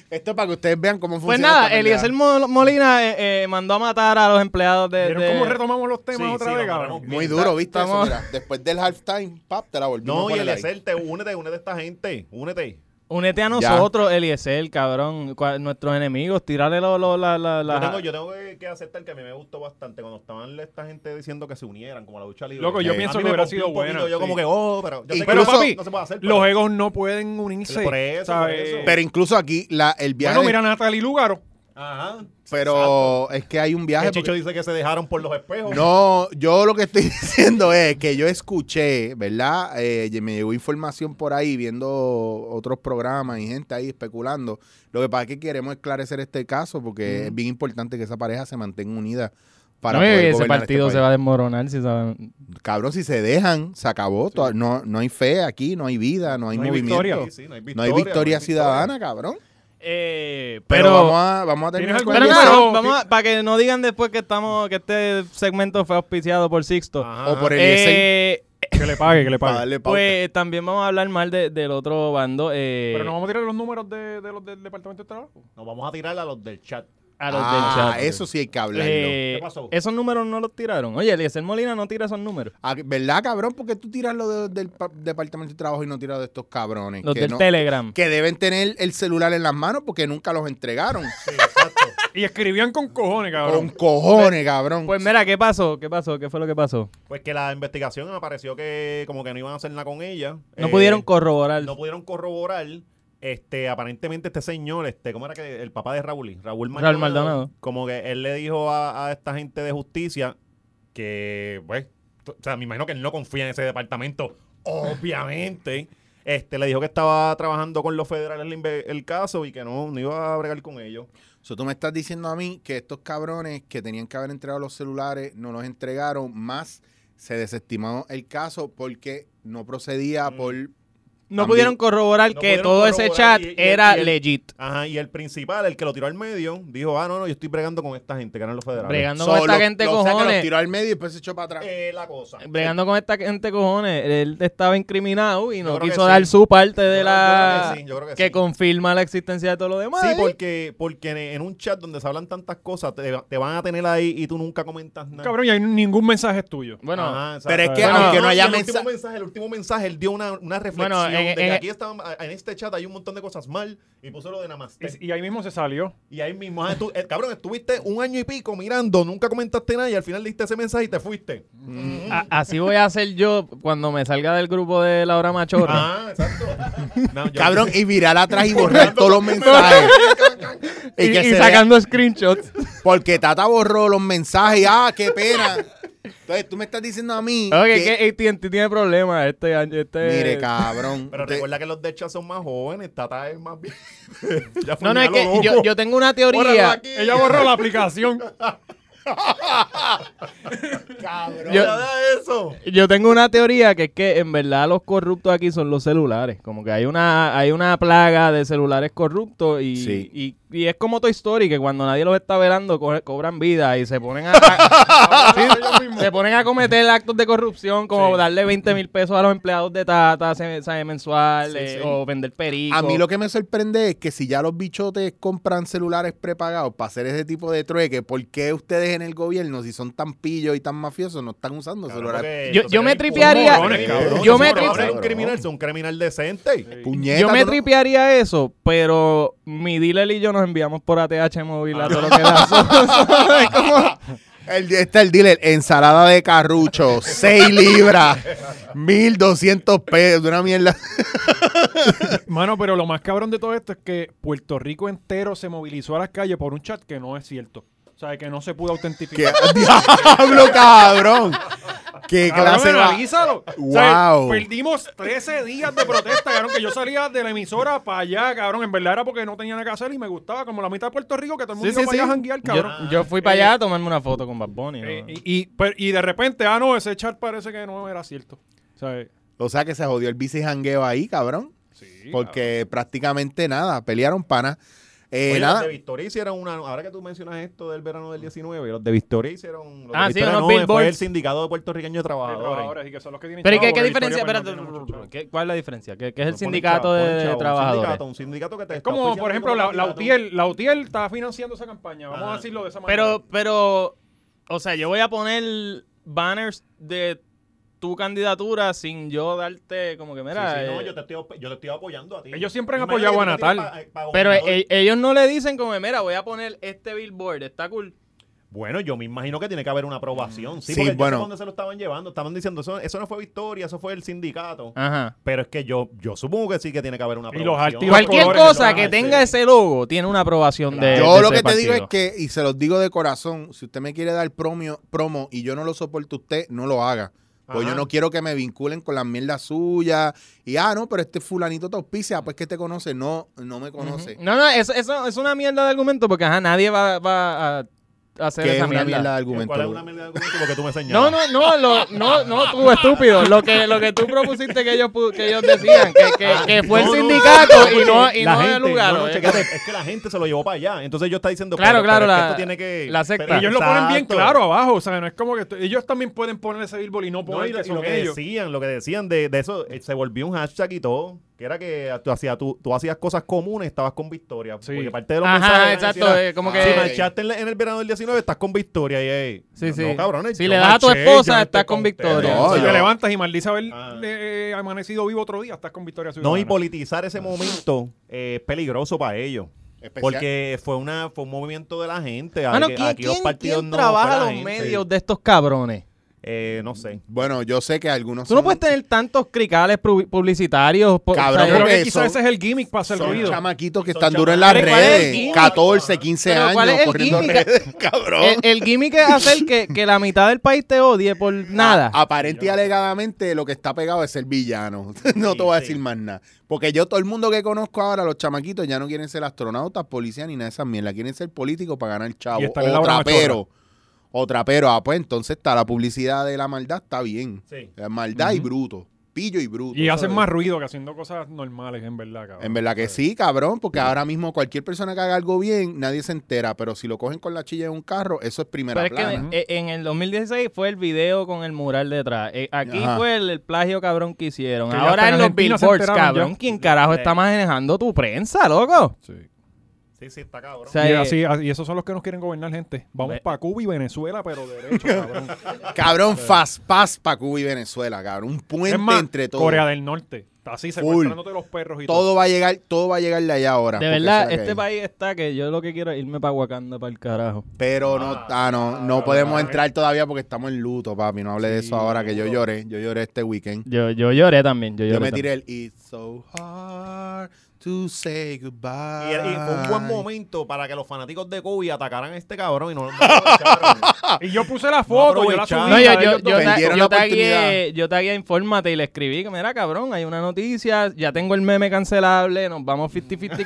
esto es para que ustedes vean cómo
pues
funciona.
nada,
esta pendeja.
Eliezer Mol- Molina eh, eh, mandó a matar a los empleados de...
¿Vieron
de-
cómo retomamos los temas
Sí,
otra
sí,
vez,
lo
cabrón?
paramos.
Muy duro, ¿viste? eso?
Estamos-
Mira, después del halftime, pap, te la volvimos
No,
a
y
poner ahí.
Eliezer, te únete, únete a esta gente. Únete.
Únete a nosotros, Eliezer, cabrón. cua- Nuestros enemigos, tírale lo, lo- la, la, la-
Yo tengo, yo tengo que, que aceptar que a mí me gustó bastante cuando estaban esta gente diciendo que se unieran como la lucha libre.
Loco, yo
A mí
pienso
me
que hubiera
pompió
sido
un poquito,
buena,
Yo
sí.
como que, oh, pero... yo sé que
Incluso-
no-
papi,
no se puede hacer.
Los
pero-
egos no pueden unirse.
Por eso,
¿sabes?
por eso.
Pero incluso aquí, la, el viaje. de-
bueno, mira Natal y Lugaro.
Ajá.
pero es que hay un viaje.
El Chicho
porque-
dice que se dejaron por los espejos.
No, yo lo que estoy diciendo es que yo escuché, ¿verdad? Eh, y me llegó información por ahí viendo otros programas y gente ahí especulando. Lo que pasa es que queremos esclarecer este caso porque es bien importante que esa pareja se mantenga unida para
No, y
poder
ese
gobernar este
partido se va
país.
a desmoronar, si saben.
Cabrón, si se dejan, se acabó. To- No, no hay fe aquí, no hay vida, no hay
No hay
movimiento.
Sí,
victoria.
sí, no hay victoria.
No hay victoria ciudadana, cabrón.
Eh,
Pero,
pero...
vamos, a, vamos a
¿Tienes
terminar con
algo
Pero
Oye,
eso.
nada,
pero-
vamos a- para que no digan después que estamos que este segmento fue auspiciado por Sixto.
Ajá.
O por el
Eh,
Que le pague, que le
para
pague.
darle pauta.
pues también vamos a hablar mal de- del otro bando. eh,
Pero nos vamos a tirar los números de, de los del Departamento de Trabajo.
e-
Nos vamos a tirar a los del chat.
a los
ah,
del chat.
eso sí hay que hablarlo.
Eh,
¿Qué pasó?
Esos números no los tiraron. Oye, Eliezer Molina no tira esos números.
Ah, ¿Verdad, cabrón? Porque tú tiras lo de- del pa- departamento de trabajo y no tiras de estos cabrones.
Los
que
del
no-
Telegram.
que deben tener el celular en las manos porque nunca los entregaron.
Y escribían con cojones,
Con
cabrón.
cojones, cabrón.
Pues mira, ¿qué pasó? ¿Qué pasó? ¿Qué fue lo que pasó?
Pues que la investigación apareció que como que no iban a hacer nada con ella.
No
Eh,
pudieron corroborar.
No pudieron corroborar. Este, aparentemente este señor, este, ¿cómo era que el papá de Raúl? Raúl Maldonado.
Raúl Maldonado.
Como que él le dijo a, a esta gente de justicia que, pues, t- o sea, me imagino que él no confía en ese departamento, obviamente. Este, le dijo que estaba trabajando con los federales la inve- el caso y que no, no iba a bregar con ellos.
So, tú me estás diciendo a mí que estos cabrones que tenían que haber entregado los celulares no los
Mm.
entregaron, más se desestimó el caso porque no procedía por
No
También.
pudieron corroborar
No
que
pudieron
todo ese
corroborar
chat
y- y-
era
y el-
legit.
Ajá, y el principal, el que lo tiró al medio, dijo, ah, no, no, yo estoy bregando con esta gente, que eran los federales.
Bregando
So,
con esta
lo-
gente,
lo- o sea, que los
cojones.
tiró al medio y después se echó para atrás.
Eh, la cosa.
Bregando con esta gente, cojones. Él estaba incriminado y
Yo
no
creo
quiso
que
dar
sí.
su parte
Yo
de
creo-
la.
yo creo que sí, yo creo que
que
sí.
confirma la existencia de todo lo demás.
Sí,
¿eh?
porque, porque en- en un chat donde se hablan tantas cosas, te, te van a tener ahí y tú nunca comentas nada.
Cabrón, y ahí ningún mensaje es tuyo.
Bueno,
Ajá, exacto.
Pero es que
Bueno,
aunque no
y
haya
el último
mensaje...
mensaje, el último mensaje, él dio una, una reflexión
Bueno, en-
de que
en-
aquí estaban, en este chat hay un montón de cosas mal y puso lo de Namaste.
Y, y ahí mismo se salió.
Y ahí mismo, ah, tú- eh, cabrón, estuviste un año y pico mirando, nunca comentaste nada y al final diste ese mensaje y te fuiste. Mm.
a- así voy a hacer yo cuando me salga del grupo de Laura Machorra.
Ah, exacto. No, yo-
Cabrón, y virar atrás y borrar todos los mensajes.
y,
que
y
se vea-
sacando screenshots.
Porque Tata borró los mensajes. y, Ah, qué pena. Entonces tú me estás diciendo a mí.
Ok,
que-
que ATT tiene problemas este año. Este...
Mire, cabrón.
Pero
te-
recuerda que los de chat son más jóvenes, Tata es más bien. Ya fue
No, no,
ya
es
lo
que
loco.
yo, yo tengo una
Bórralo
teoría.
aquí.
Ella borró la aplicación.
cabrón.
Yo-
Nada de eso.
Yo tengo una teoría que es que en verdad los corruptos aquí son los celulares. Como que hay una, hay una plaga de celulares corruptos y,
Sí.
y, y es como Toy Story, que cuando nadie los está velando co- cobran vida y se ponen a, a-
Pues
sí, se ponen a cometer actos de corrupción como darle 20 mil pesos a los empleados de Tata se- se- mensual eh, o vender perico.
A mí lo que me sorprende es que si ya los bichotes compran celulares prepagados para hacer ese tipo de trueque, ¿por qué ustedes en el gobierno, si son tan pillos y tan mafiosos, no están usando
Cabrón,
celulares?
porque
Yo-
entonces
yo me
eres
tripearía-
un cabrón,
yo
cabrón.
me
Ahora
tri-
eres un
cabrón.
criminal, eres un criminal decente.
Puñeta,
yo me
tú no-
tripearía eso, pero mi dealer y yo nos enviamos por ATH móvil a todo lo que da.
El, está el dealer, ensalada de carrucho, 6 libras, 1200 pesos, una mierda.
Mano, pero lo más cabrón de todo esto es que Puerto Rico entero se movilizó a las calles por un chat que no es cierto. O sea, que no se pudo
¿Qué,
autentificar.
diablo, cabrón. Qué
Cabrón,
clase va-
analízalo. O sea,
Wow.
perdimos 13 días de protesta, cabrón, que yo salía de la emisora para allá, cabrón. En verdad era porque no tenía nada que hacer y me gustaba, como la mitad de Puerto Rico, que todo el mundo
Sí, sí,
iba para allá a
sí.
janguear,
Yo,
cabrón.
yo fui para allá a tomarme una foto con Bad Bunny. ¿no?
Eh, y, y- pero- y de repente, ah, no, ese chat parece que no era cierto. O sea, eh,
O sea que se jodió el bici jangueo ahí, cabrón.
sí,
Porque prácticamente nada, pelearon pana. Eh,
Oye, los
nada.
de Victoria hicieron una. Ahora que tú mencionas esto del verano del 19, los de Victoria hicieron. los de
Ah, sí,
Victoria
unos
no,
billboards.
fue el sindicato de puertorriqueños de
cabrón. De
trabajadores.
trabajadores y que son los que tienen
Pero ¿y
chavo,
qué, qué
porque
diferencia?
Victoria,
Espérate,
pues, no tiene mucho chavo.
¿qué- ¿cuál es la diferencia? ¿Qué, qué es el
Ponen
sindicato
chavo,
de,
ponen
de
chavo, un
trabajadores?
sindicato, Un sindicato que te
Es
está
como, por
auspiciando
ejemplo,
como
la, la
sindicato.
UTIEL. La UTIEL está financiando esa campaña. Vamos
Ajá.
a decirlo de esa manera.
Pero, pero, o sea, yo voy a poner banners de tu candidatura sin yo darte como que,
Sí,
mira...
sí, no,
eh,
yo te, estoy, op- yo te estoy apoyando a ti.
Ellos siempre han
Imagínate
apoyado
que tú
a
tienes
Natal.
pa- pa-
pero
gobernador.
e- ellos no le dicen como, que, mira, voy a poner este billboard, está cool.
Bueno, yo me imagino que tiene que haber una aprobación. Sí,
Sí,
porque bueno.
bueno.
dónde se lo estaban llevando. Estaban diciendo, eso, eso no fue Victoria, eso fue el sindicato.
Ajá.
Pero es que yo, yo supongo que sí que tiene que haber una
Y los
aprobación.
artistas-
Cualquier
colores,
cosa
los
que
arte.
tenga ese logo tiene una aprobación de
Ah, Claro.
Yo
de
lo
ese
que te digo es
Eh, partido.
que, y se los digo de corazón, si usted me quiere dar promio- promo y yo no lo soporto a usted, no lo haga. Pues
Ajá.
yo no quiero que me vinculen con las mierdas suyas. Y ah, no, pero este fulanito te auspicia, pues que te conoce. No, no me conoce.
No, no, eso, eso es una mierda de argumento porque ajá, nadie va, va a a hacer
Que es
esa
una mierda, de argumento.
¿Cuál es una mierda de argumento? Porque tú me
No,
señalas.
no, no, lo- no, no, tú estúpido. Lo que, lo que tú propusiste que ellos, pu- que ellos decían, que, que, que fue el
Ah, No, no,
sindicato
porque
y no, y
la
no el
gente-
lugar.
no, no,
¿eh?
chequéate, es que la gente se lo llevó para allá. Entonces yo está diciendo,
Claro,
pero-
claro,
pero es que
la-
esto tiene que,
la secta.
pero-
ellos lo ponen bien
Exacto.
claro abajo. O sea, no es como que esto- ellos también pueden poner ese billboard y no
No,
poner
y
que
lo, y
son
lo que
ellos.
decían, lo que decían de, de eso, eh, se volvió un hashtag y todo, que era que tú hacías, tú, tú hacías cosas comunes, estabas con Victoria.
Sí.
Porque parte de los mensajes
Ajá,
eran
exacto.
decir,
eh, como
ah,
Si
sí,
que.
macho.
marchaste en, la- en el verano del 19, estás con Victoria. Y, eh,
Sí,
no,
sí.
no, cabrones,
Si
yo
le das a tu
marché,
esposa,
yo no
estás
estoy
con
ustedes.
Victoria.
No,
Si
yo-
te levantas y maldices haber
Ah.
eh, amanecido vivo otro día, estás con Victoria Ciudadana.
No, y politizar ese momento eh, es peligroso para ellos.
Especial-
Porque fue una fue un movimiento de la gente.
Mano,
aquí,
¿quién,
aquí los
quién-
partidos
quién
no
trabaja
fue la
los
gente.
medios de estos cabrones?
Eh, no sé.
Bueno, yo sé que algunos.
Tú no
son-
puedes tener tantos cricales pu- publicitarios. po-
Cabrón,
Yo creo
porque
que quizás
son-
ese es el gimmick para hacer
Son
ruido.
chamaquitos que
Son
están duros en las
chamaquitos. ¿Cuál es el
redes.
gimmick?
14, 15
Pero,
años
¿cuál es el Eh,
corriendo
gimmick?
redes, cabrón.
el, el gimmick es hacer que, que la mitad del país te odie por
Ah,
nada.
A- aparente y alegadamente lo que está pegado es ser villano. no
Sí,
te voy a
sí.
decir más nada. Porque yo, todo el mundo que conozco ahora, los chamaquitos ya no quieren ser astronautas, policías ni nada de esas mierdas. Quieren ser políticos para ganar chavo.
Y estar en la
O
obra
trapero. O trapero. Ah, pues entonces está la publicidad de la maldad, está bien.
Sí.
La maldad y bruto. pillo y bruto.
Y hacen
¿sabes?
más ruido que haciendo cosas normales, en verdad, cabrón.
En verdad que sí, cabrón, porque ahora mismo cualquier persona que haga algo bien, nadie se entera, pero si lo cogen con la chilla en un carro, eso es primera
Pero es que
plana.
en, en el 2016 fue el video con el mural detrás. Eh, aquí
Ajá.
fue el, el plagio cabrón que hicieron.
Que ya
Ahora
hasta
en
en
los
Argentina se
billboards,
enteraron ya.
cabrón. ¿Quién carajo está manejando tu prensa, loco?
Sí.
Sí, sí, está cabrón.
O sea,
y,
eh,
así, así- y esos son los que nos quieren gobernar, gente. Vamos
Ve-
para Cuba y Venezuela, pero derecho, cabrón.
Cabrón, fast pass para Cuba y Venezuela, cabrón. Un puente
es más,
entre todos.
Corea del Norte. Así secuestrándote los perros y todo.
Todo va a llegar, todo va a llegar de allá ahora.
de
porque
verdad,
esa es la que
este
hay.
país está que yo lo que quiero es irme para Wakanda para el carajo.
Pero no, ah, no, no podemos
eh.
entrar todavía porque estamos en luto, papi. No hable de eso ahora que yo lloré. Yo lloré este weekend.
Yo, yo lloré también. Yo,
Yo
lloré
me
también.
tiré el It's so hard to say goodbye.
Y, y fue un buen momento para que los fanáticos de Kobe atacaran a este cabrón y no, no lo aprovecharon.
Y yo puse la foto, yo la subí.
aprovecharon.
No, yo,
la de
yo,
ellos
yo,
dos.
ta-
Vendieron
yo
la
tagué,
oportunidad.
yo tagué a Infórmate y le escribí que, mira, cabrón, hay una noticia, ya tengo el meme cancelable, nos vamos 50-50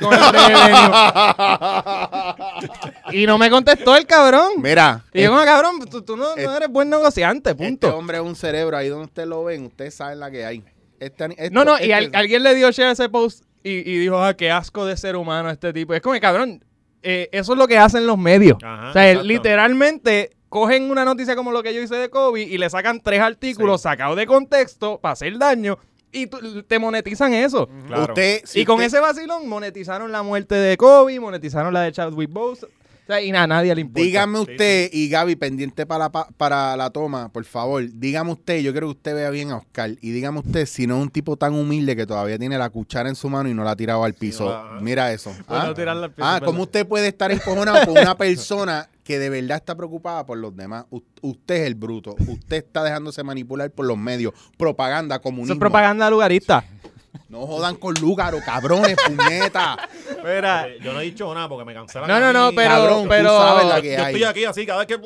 con el revenue". y no me contestó el cabrón.
Mira,
Y yo como, cabrón, pues, tú, tú no,
es-
no eres buen negociante,
este
punto.
hombre es un cerebro. Ahí donde usted lo ven, ustedes saben la que hay. Este ani- esto-
no, no, y
este-
al- alguien le dio share a ese post y, y dijo, ah, qué asco de ser humano este tipo. Es como, cabrón, eh, eso es lo que hacen los medios.
Ajá,
o sea,
exacto.
literalmente cogen una noticia como lo que yo hice de Kobe y le sacan tres artículos sacados de contexto para hacer daño y tú- te monetizan eso.
Claro.
Usted, si
y con
usted-
ese vacilón monetizaron la muerte de Kobe, monetizaron la de Chadwick Boseman. O sea, y nada, nadie le importa.
Dígame usted y Gaby, pendiente para la, pa- para la toma, por favor. Dígame usted, yo quiero que usted vea bien a Oscar. Y dígame usted si no es un tipo tan humilde que todavía tiene la cuchara en su mano y no la ha tirado al piso.
la-
Mira eso.
Por
¿Ah?
no tirarla al piso,
Ah,
¿verdad?
¿cómo usted puede estar encojonado con una persona que de verdad está preocupada por los demás? U- usted es el bruto. Usted está dejándose manipular por los medios. Propaganda,
Eso
comunismo.
es propaganda lugarista.
No jodan con Lúgaro, cabrones, puñeta.
Mira,
Yo no he dicho nada porque me cancelan.
No,
a
no, no,
mí.
pero,
Cabrón, tú
pero,
sabes la que
Yo
hay.
estoy aquí así cada vez que.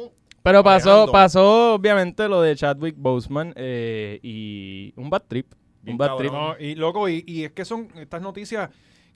pero pasó,
Bregando.
pasó obviamente lo de Chadwick Boseman eh, y un bad trip.
Bien
Un bad
cabrón.
trip.
No, y loco, y, y es que son estas noticias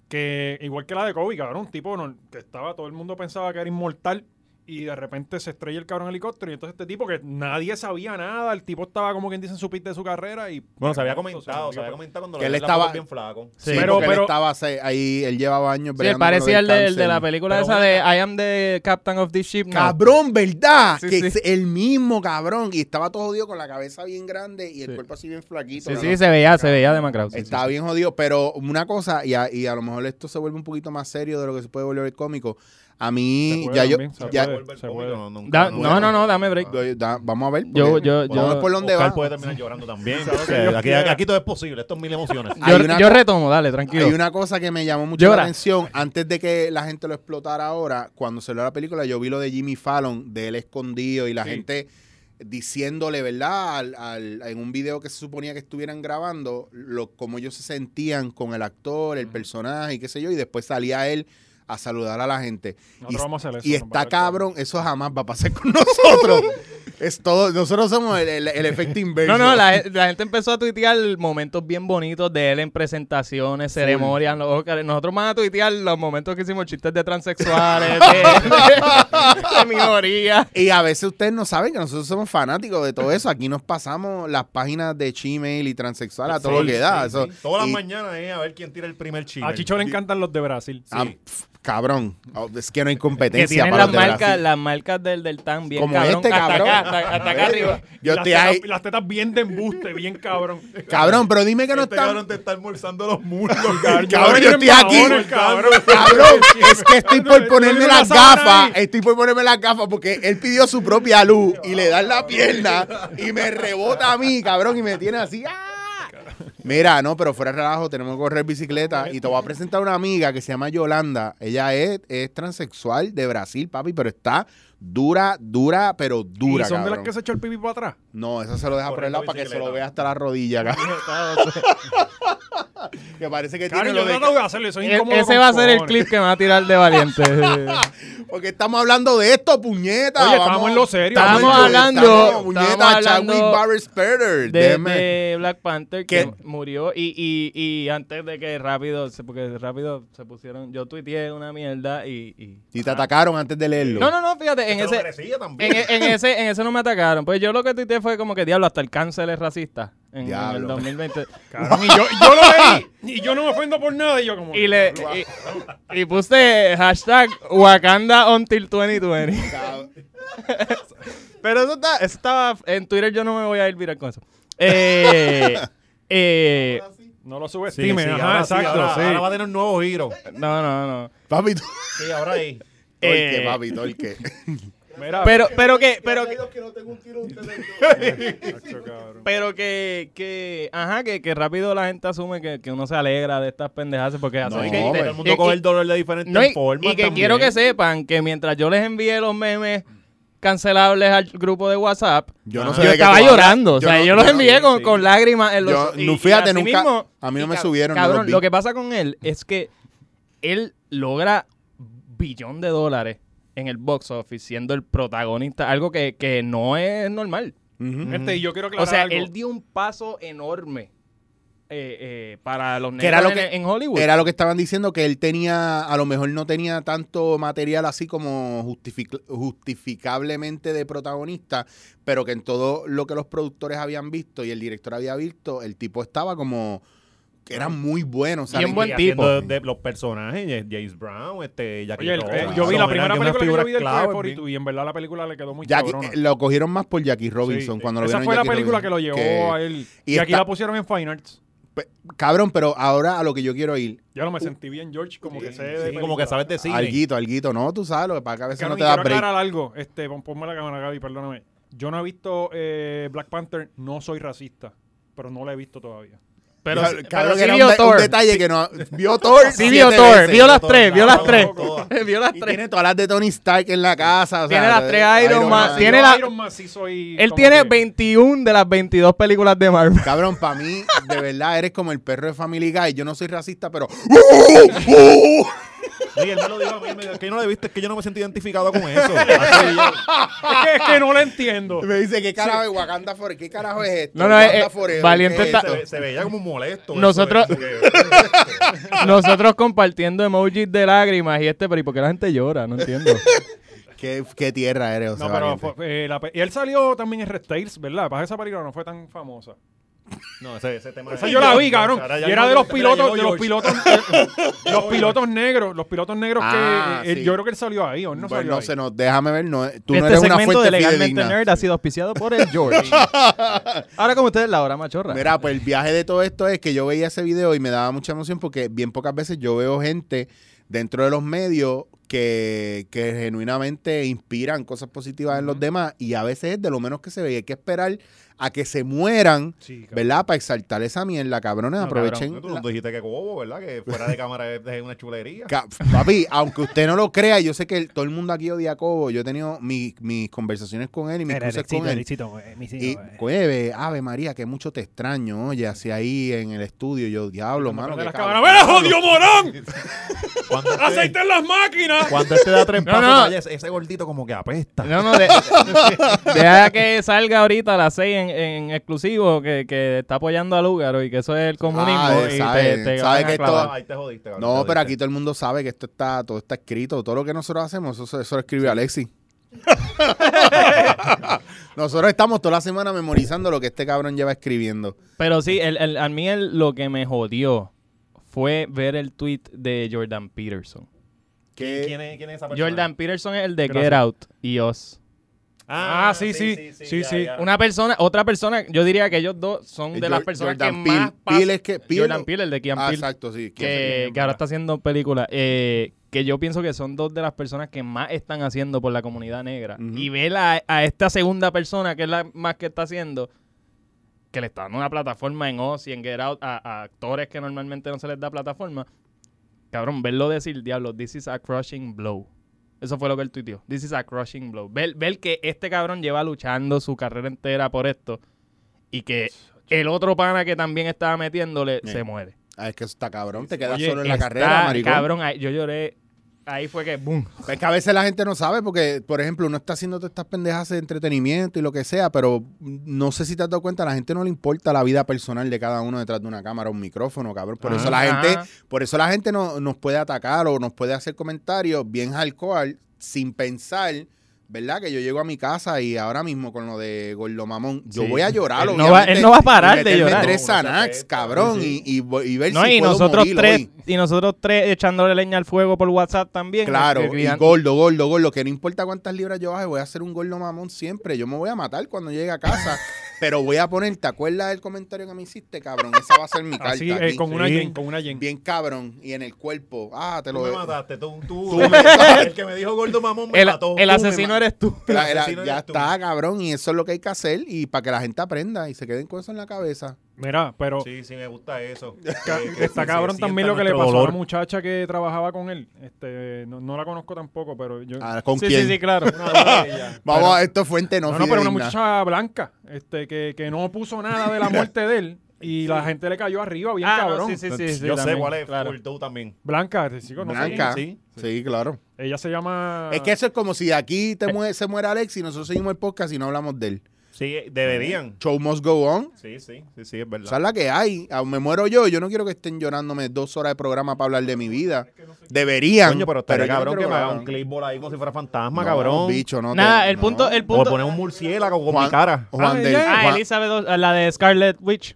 que, igual que la de Kobe, cabrón, un tipo no- que estaba, todo el mundo pensaba que era inmortal y de repente se estrella el cabrón en helicóptero y entonces este tipo que nadie sabía nada, el tipo estaba como quien dice en su pit de su carrera y...
Bueno, se había
Entonces,
comentado, se
digo,
había comentado cuando
Que
le
él
vi la foto
estaba-
bien flaco.
Sí,
Pero-
porque él
pero-
estaba se- ahí, él llevaba años
Sí, él
bregando con lo
parecía
del
el de, el de
cáncer.
la película
Pero
esa
bueno,
de I am the captain of this ship. now.
Cabrón, ¿verdad?
Sí,
que
sí.
es el mismo cabrón. Y estaba todo jodido con la cabeza bien grande y el cuerpo así bien flaquito.
Sí,
¿no?
sí, se veía, se veía demacrado. sí,
Estaba
sí, sí.
bien jodido. Pero una cosa, y a, y a lo mejor esto se vuelve un poquito más serio de lo que se puede volver cómico. A
se
mí,
puede
ya yo.
también, se
ya-
puede, se puede.
No, nunca,
Da- no, no, no, dame break.
doy- da- vamos a ver.
Yo-
porque
yo- yo-
vamos a ver por dónde
Oscar
va.
puede terminar llorando también.
Sabe lo
O
que
sea,
Dios
aquí,
quiera.
aquí todo es posible, esto es mil emociones.
hay
Yo,
una
yo
co-
retomo, dale,
Hay
tranquilo.
una cosa que me llamó mucho
Llora.
la atención. Antes de que la gente lo explotara ahora, cuando salió la película, yo vi lo de Jimmy Fallon, de él escondido y la
Sí.
gente diciéndole, ¿verdad? Al- al- en un video que se suponía que estuvieran grabando, lo, cómo ellos se sentían con el actor, el personaje y qué sé yo, y después salía él a saludar a la gente.
Nosotros vamos a hacer eso.
Y
nos va a
está
dar
cabrón, eso jamás va a pasar con nosotros. es todo, nosotros somos el, el- el efecto inverso.
No, no, la, la gente empezó a tuitear momentos bien bonitos de él en presentaciones, ceremonias, los Óscares. Nosotros vamos a tuitear los momentos que hicimos chistes de transexuales, de, de- de minorías.
Y a veces ustedes no saben que nosotros somos fanáticos de todo eso. Aquí nos pasamos las páginas de Gmail y transexual a todo
Sí,
lo que da.
sí,
Eso-
sí. Todas las
y-
mañanas eh, a ver quién tira el primer chile. este
A Chicho le encantan los de Brasil.
ah,
sí.
pf, cabrón, Oh, es que no hay
Que
competencia
tienen
para
las
los de
marcas,
Brasil.
las marcas del, del tan bien
Como
cabrón,
este,
hasta
cabrón.
acá, hasta, hasta acá arriba.
Yo
las,
estoy
tetas,
ahí.
las tetas bien de embuste, bien cabrón.
Cabrón, pero dime que no
Este cabrón
están.
te está almorzando los muslos,
Cabrón, yo
Miren
estoy aquí.
mamones, cabrón.
Cabrón, es que estoy
No,
por
no,
ponerme
no
las
la saben
gafas.
ahí.
Estoy por ponerme las gafas porque él pidió su propia luz y le dan la pierna y me rebota a mí, cabrón, y me tiene así. ¡ah! Mira, no, pero fuera de relajo, tenemos que correr bicicleta y te voy a presentar una amiga que se llama Yolanda. Ella es, es transexual de Brasil, papi, pero está dura, dura, pero
Y
dura,
son de las
cabrón.
que se echó el pipí para atrás.
No, eso se lo deja por el
Corriendo
lado para que se lo
bicicleta.
vea hasta la rodilla, cabrón. que parece que
Claro,
tiene
yo
lo de...
trato de hacerlo, y soy
E-
incómodo
ese
con
va a ser el
cojones.
clip que me va a tirar de valiente.
Porque estamos hablando de esto, puñeta.
Oye, estamos en lo serio.
estamos
Estamos
en-
hablando-
estamos, puñeta,
estamos hablando
Chadwick Barrett Perder.
de,
déjeme.
de Black Panther que
¿Qué?
murió y, y, y antes de que rápido, se- porque rápido se pusieron, yo tuiteé una mierda y... y-
Y te atacaron antes de leerlo.
No, no, no, fíjate, en
En
ese, en,
ese.
en ese, en ese no me atacaron. Pues yo lo que tuiteé fue como que, diablo, hasta el cáncer es racista. en, en el
Diablo.
2020.
Cabrón, y yo, yo lo leí. Y yo no me ofendo por nada. Y yo como...
y le y, y puse hashtag Wakanda until 2020. Pero eso, está, eso estaba en Twitter, yo no me voy a ir viral con eso. Eh, eh,
Ahora sí.
No lo
Sí,
subestimen.
sí,
ajá,
ahora sí,
exacto.
ahora-
sí.
ahora va a tener un nuevo giro.
no, no, no.
Papi, tú-
Sí, ahora ahí.
Torque,
Eh,
papi, torque.
Mira,
Pero, pero que, pero
Gracias
que,
a Dios que no tengo un tiro ustedes dos.
macho, cabrón.
pero que, que ajá, que, que rápido la gente asume que, que uno se alegra de estas pendejadas porque
No,
así
Sí,
que-
hombre.
todo el
y-
mundo coge
y-
el dolor de diferentes
No, y,
formas.
y que
también.
quiero que sepan que mientras yo les envié los memes cancelables al grupo de WhatsApp,
Yo
yo,
no sé de qué tú
estaba
hablas.
llorando. o
Yo
sea,
no-
yo los
yo no-
envié con,
sí.
con lágrimas en los
Yo,
y-
no,
y
fíjate,
así
nunca-
mismo-
a mí no
y
me
cab-
subieron, no
Cabrón,
los vi.
lo que pasa con él es que él logra billón de dólares en el box office siendo el protagonista, algo que, que no es normal.
Ujú.
Gente, Este, y yo quiero
O
aclarar
sea,
algo.
él dio un paso enorme eh, eh, para los negros
Que era lo
en,
que-
en Hollywood.
Era lo que estaban diciendo, que él tenía, a lo mejor no tenía tanto material así como justific- justificablemente de protagonista, pero que en todo lo que los productores habían visto y el director había visto, el tipo estaba como, que era muy bueno. o sea,
Bien
le-
buen
Y
tipo.
haciendo de, de los personajes, eh, James Brown, este, Jackie
Oye, el-
Robinson,
eh, yo vi la
eran
primera
unas
película que yo
figuras
vi del
clave,
Cave
bien.
42 y en verdad la película le quedó muy
Jackie- eh,
cabrona.
lo cogieron más por Jackie Robinson
Sí.
cuando lo
Esa
vieron
fue
en
la
Jackie
película que lo
Robinson,
llevó a él. Y,
y
aquí
está-
la pusieron en Fine Arts.
Cabrón, pero ahora a lo que yo quiero ir,
Ya no me sentí bien, George, como que sé de
Sí, como que
película.
sabes de cine.
alguito, alguito, no, tú sabes, lo que pasa que a veces
Cabrón,
no
y
te da
quiero
break.
aclarar algo. Este, pon- ponme la cámara, Gaby, perdóname. Yo no he visto eh, Black Panther, no soy racista, pero no la he visto todavía.
pero
Cabrón,
pero
que
sí
era un
vio
de- un,
Thor.
detalle que no vio Thor.
Sí vio
siete
Thor,
veces.
vio las tres, vio las
Todas,
tres.
todas.
Vio las
Y
tres.
tiene todas las de Tony Stark en la casa. o sea,
Tiene las
de-
tres Iron Man,
Si
tiene
yo
la-
Iron Man sí soy...
Él
como
tiene
que-
21 de las 22 películas de Marvel.
Cabrón, para mí, de verdad, eres como el perro de Family Guy. Yo no soy racista, pero.
Sí, él me lo dijo a mí, me dijo, "Es que no le viste, es que yo no me siento identificado con eso. Así, yo-
Es que, es que no la entiendo.
Me dice, ¿qué carajo es Wakanda Forever? ¿Qué carajo es esto?
No, no,
Wakanda
eh, eh,
Forever,
Valiente
¿qué es
está-
esto?
se, ve- se veía como molesto. eso,
Nosotros-
como que-
Nosotros compartiendo emojis de lágrimas y este, pero ¿y por qué la gente llora? No entiendo.
¿Qué, qué tierra eres, o sea,
No, pero
Valiente?
fue- eh, la pe- y él salió también en Red Tails, ¿verdad? Para esa película no fue tan famosa.
No, ese, ese tema.
Esa yo la vi, cabrón. Y era de los pilotos, de los pilotos, de los pilotos negros, los pilotos negros
Ah,
que eh,
sí.
yo creo que él salió ahí o él no
Pues
salió
no
ahí.
sé, no, déjame ver. No, tú no
este
eres una
segmento
fuente
de Legalmente
fidedigna.
Nerd ha sido auspiciado por el George. Ahora con ustedes, la hora machorra.
Mira, pues el viaje de todo esto es que yo veía ese video y me daba mucha emoción porque bien pocas veces yo veo gente dentro de los medios que, que genuinamente inspiran cosas positivas en los demás y a veces es de lo menos que se ve. Y Hay que esperar a que se mueran,
Sí, cabrón.
¿verdad? Para exaltar esa mierda, cabrones.
No,
aprovechen.
Tú no dijiste que cobo, ¿verdad? Que fuera de cámara es es una chulería.
Ca- Papi, aunque usted no lo crea, yo sé que el- todo el mundo aquí odia a Cobo. Yo he tenido mi- mis conversaciones con él y mis cruces con él. Y,
eh.
cueve, Ave María, que mucho te extraño, oye, así ahí en el estudio. Yo, diablo,
Prende
mano. qué
las
cabrón.
cámaras. ¡Mira, jodido morón!
Cuando este-
¡Aceiten las máquinas!
Cuando este da tres
No,
pasos,
no.
vaya, ese- ese gordito como que apesta.
No, no, de- deja que salga ahorita a las 6 en, en exclusivo que, que está apoyando a Lúgaro y que eso es el comunismo.
Ah,
y te-
sabe,
te
sabe
van a
que
clavar.
esto-
Ahí te jodiste, cabrón,
No,
te
pero
jodiste.
aquí todo el mundo sabe que esto está, todo está escrito. Todo lo que nosotros hacemos, eso, eso lo escribió Alexis. nosotros estamos toda la semana memorizando lo que este cabrón lleva escribiendo.
Pero sí, el, el- a mí el- lo que me jodió fue ver el tweet de Jordan Peterson.
Que-
¿Quién es, quién es esa persona?
Jordan Peterson es el de
Gracias.
Get Out y Us.
Ah, sí, sí, sí, sí.
Una persona, otra persona, yo diría que ellos dos son
Eh,
de las
Jor-
personas que
Jordan
más
Peele.
pas-
Peele es que- Peele-
Jordan Peele, el de Keanu
Ah,
Peele,
exacto, sí.
que, que ahora está haciendo películas, eh, que yo pienso que son dos de las personas que más están haciendo por la comunidad negra.
Ujú.
Y ver a, a esta segunda persona, que es la más que está haciendo, que le está dando una plataforma en Oz y en Get Out a, a actores que normalmente no se les da plataforma. Cabrón, verlo decir, diablo, this is a crushing blow. Eso fue lo que él tuiteó. This is a crushing blow. Ver, ver que este cabrón lleva luchando su carrera entera por esto y que el otro pana que también estaba metiéndole
Sí.
se muere.
Ah, es que eso está cabrón, te quedas
Oye,
solo en la
está-
carrera, maricón.
Cabrón, ahí- yo lloré. Ahí fue que boom.
Pues Es que a veces la gente no sabe porque, por ejemplo, uno está haciendo todas estas pendejas de entretenimiento y lo que sea, pero no sé si te has dado cuenta, a la gente no le importa la vida personal de cada uno detrás de una cámara o un micrófono, cabrón. Por eso la
Ajá.
gente, por eso la gente no, nos puede atacar o nos puede hacer comentarios bien hardcore sin pensar ¿Verdad? Que yo llego a mi casa y ahora mismo con lo de Gordo Mamón, yo
Sí.
voy a llorar.
Él no va-
obviamente,
él no va a
y
parar de
meterme
llorar.
tres
No, uno se
Xanax,
afecta,
cabrón,
sí.
y, y- y ver
No,
si
y
puedo
nosotros
morir
tres,
hoy.
y nosotros tres echándole leña al fuego por WhatsApp también.
Claro, y
escribían-
gordo, gordo, gordo, que no importa cuántas libras yo baje, voy a hacer un gordo mamón siempre. Yo me voy a matar cuando llegue a casa, pero voy a poner, ¿te acuerdas del comentario que me hiciste, cabrón? Esa va a ser mi carta.
Así, eh,
aquí.
con una
Sí.
yen, con una yen.
Bien cabrón y en el cuerpo. Ah, te
Tú
lo
me mataste, tú, tú,
Tú me-
el que me dijo gordo mamón me
El,
mató.
el
Tú me
asesino
ma-
eres tú.
Era- era-
asesino
ya
eres tú.
está, cabrón, y eso es lo que hay que hacer y para que la gente aprenda y se queden con eso en la cabeza.
Mira, pero
Sí, sí, me gusta eso.
Ca-
Que- que
está
se
cabrón
sienta
también lo que le
nuestro
pasó a
dolor.
la muchacha que trabajaba con él. Este, no, no la conozco tampoco, pero yo.
Ah, ¿Con
Sí,
quién?
sí, sí, claro.
Una amiga de ella.
Vamos,
Pero-
a- esto es fuente no,
no, no, pero una
fidedigna.
muchacha blanca, este, que, que no puso nada de la muerte de él y la gente le cayó arriba, bien
Ah, no,
cabrón.
sí, sí, sí, sí,
Yo sé
también,
cuál es,
claro.
full tú también.
Blanca, te sigo, no sé. Ah.
Blanca.
Sí,
Sí, claro.
Ella se llama.
Es que eso es como si aquí te mue- se muera Alex y nosotros seguimos el podcast y no hablamos de él.
Sí, deberían.
Show must go on.
Sí, sí, sí, sí, es
O
verdad.
sea, la que hay. Ah, Me muero yo. Yo no quiero que estén llorándome dos horas de programa para hablar de mi vida. Deberían.
Coño, pero estaría
yo no
cabrón
quiero
que me haga
hagan.
un clipboard ahí como si fuera fantasma,
No,
cabrón.
bicho, no te-
Nada, el
no.
punto, el
O
punto.
le poner un murciélago con mi
Juan-
cara.
Juan
Ah,
del-
ella-
Ah,
Juan-
Elizabeth, O- la de Scarlet Witch.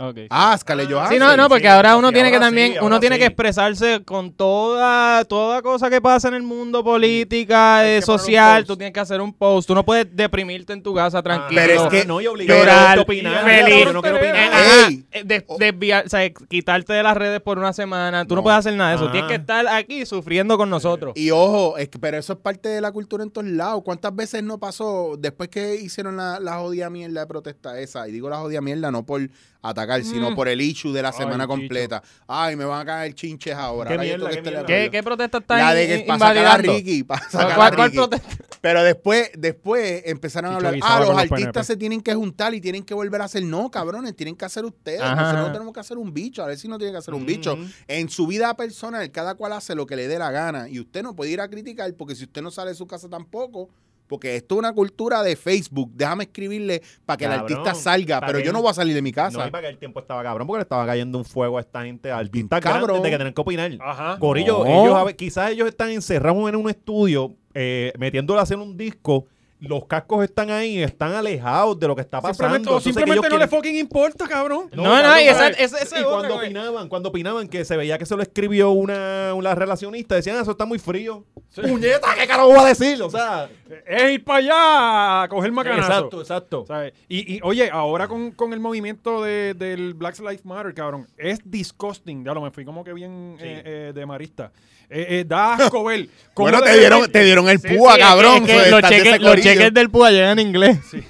Ok.
Ah, Scarlett Johansson.
Sí, no, no, porque
sí,
ahora
sí,
uno tiene que
ahora
también,
sí,
uno
ahora
tiene que
sí.
expresarse con toda, toda cosa que pasa en el mundo política,
Hay
eh,
que poner un
social,
post. Ah.
tú tienes que hacer un post, tú no puedes deprimirte en tu casa tranquilo.
pero es que-
no, y
llorar,
obligar a opinar.
feliz,
Yo no quiero
Eh,
opinar.
Ey. Oh.
ajá, eh, des- desviar- o sea, eh, quitarte de las redes por una semana, tú no,
No. Ah.
puedes hacer nada de eso,
Ajá.
tienes que estar aquí sufriendo con nosotros.
Y ojo, es que- pero eso es parte de la cultura en todos lados. ¿Cuántas veces no pasó después que hicieron la, la jodida mierda de protesta esa? Y digo la jodida mierda no por atacar,
Mm.
sino por el issue de la semana
Chicho.
completa. Ay, me van a caer chinches ahora.
Qué
Ahora yo
mierda,
tengo
qué
que estar
¿Qué,
en
qué protesta
la
están
radio. La de que para sacar a
invalidando?
Ricky, para sacar a
¿Cuál, cuál
Ricky.
protesta?
Pero después, después empezaron a
Chicho
hablar,
Guisado
ah, los
con los
artistas
PNP".
se tienen que juntar y tienen que volver a hacer. No, cabrones, tienen que hacer ustedes.
Ajá.
Nosotros no tenemos que hacer un bicho. A ver si no tienen que hacer un bicho.
Ujú.
En su vida personal, cada cual hace lo que le dé la gana. Y usted no puede ir a criticar porque si usted no sale de su casa tampoco. Porque esto es una cultura de Facebook. Déjame escribirle para que el
Cabrón,
artista salga.
está
Pero yo
bien.
no voy a salir de mi
No,
casa.
y para que el tiempo estaba cabrón porque le estaba cayendo un fuego a esta gente artistas
Cabrón.
grandes de que tener que opinar.
Ajá.
Corillo,
No.
ellos, a ver, quizás ellos están encerrados en un estudio, eh, metiéndole a hacer un disco. Los cascos están ahí, están alejados de lo que está pasando.
Simplemente, o
Entonces, que
simplemente no
ellos
le
quieren-
fucking importa, cabrón.
No, no, eh,
cabrón,
y esa-
¿sabes?
esa- esa
Y
es otra,
cuando
güey.
opinaban, cuando opinaban que se veía que se lo escribió una, una relacionista, decían, "Ah, eso está muy frío. ¡Puñeta, qué caro voy a decir! O sea,
Es ir para allá a coger macanazo.
exacto, exacto.
¿Sabes? Y, y, oye, ahora con, con el movimiento de- del Black Lives Matter, cabrón, es disgusting. Ya lo me fui como que bien eh, eh, de marista. Eh, eh, da asco ver. cómo
Bueno,
de
te dieron,
repente-
te dieron el
Sí,
púa,
sí, es que-
cabrón.
es que
so,
los,
estás de
cheques,
ese
los
corillo.
cheques del PUA llegan en inglés.
Eh,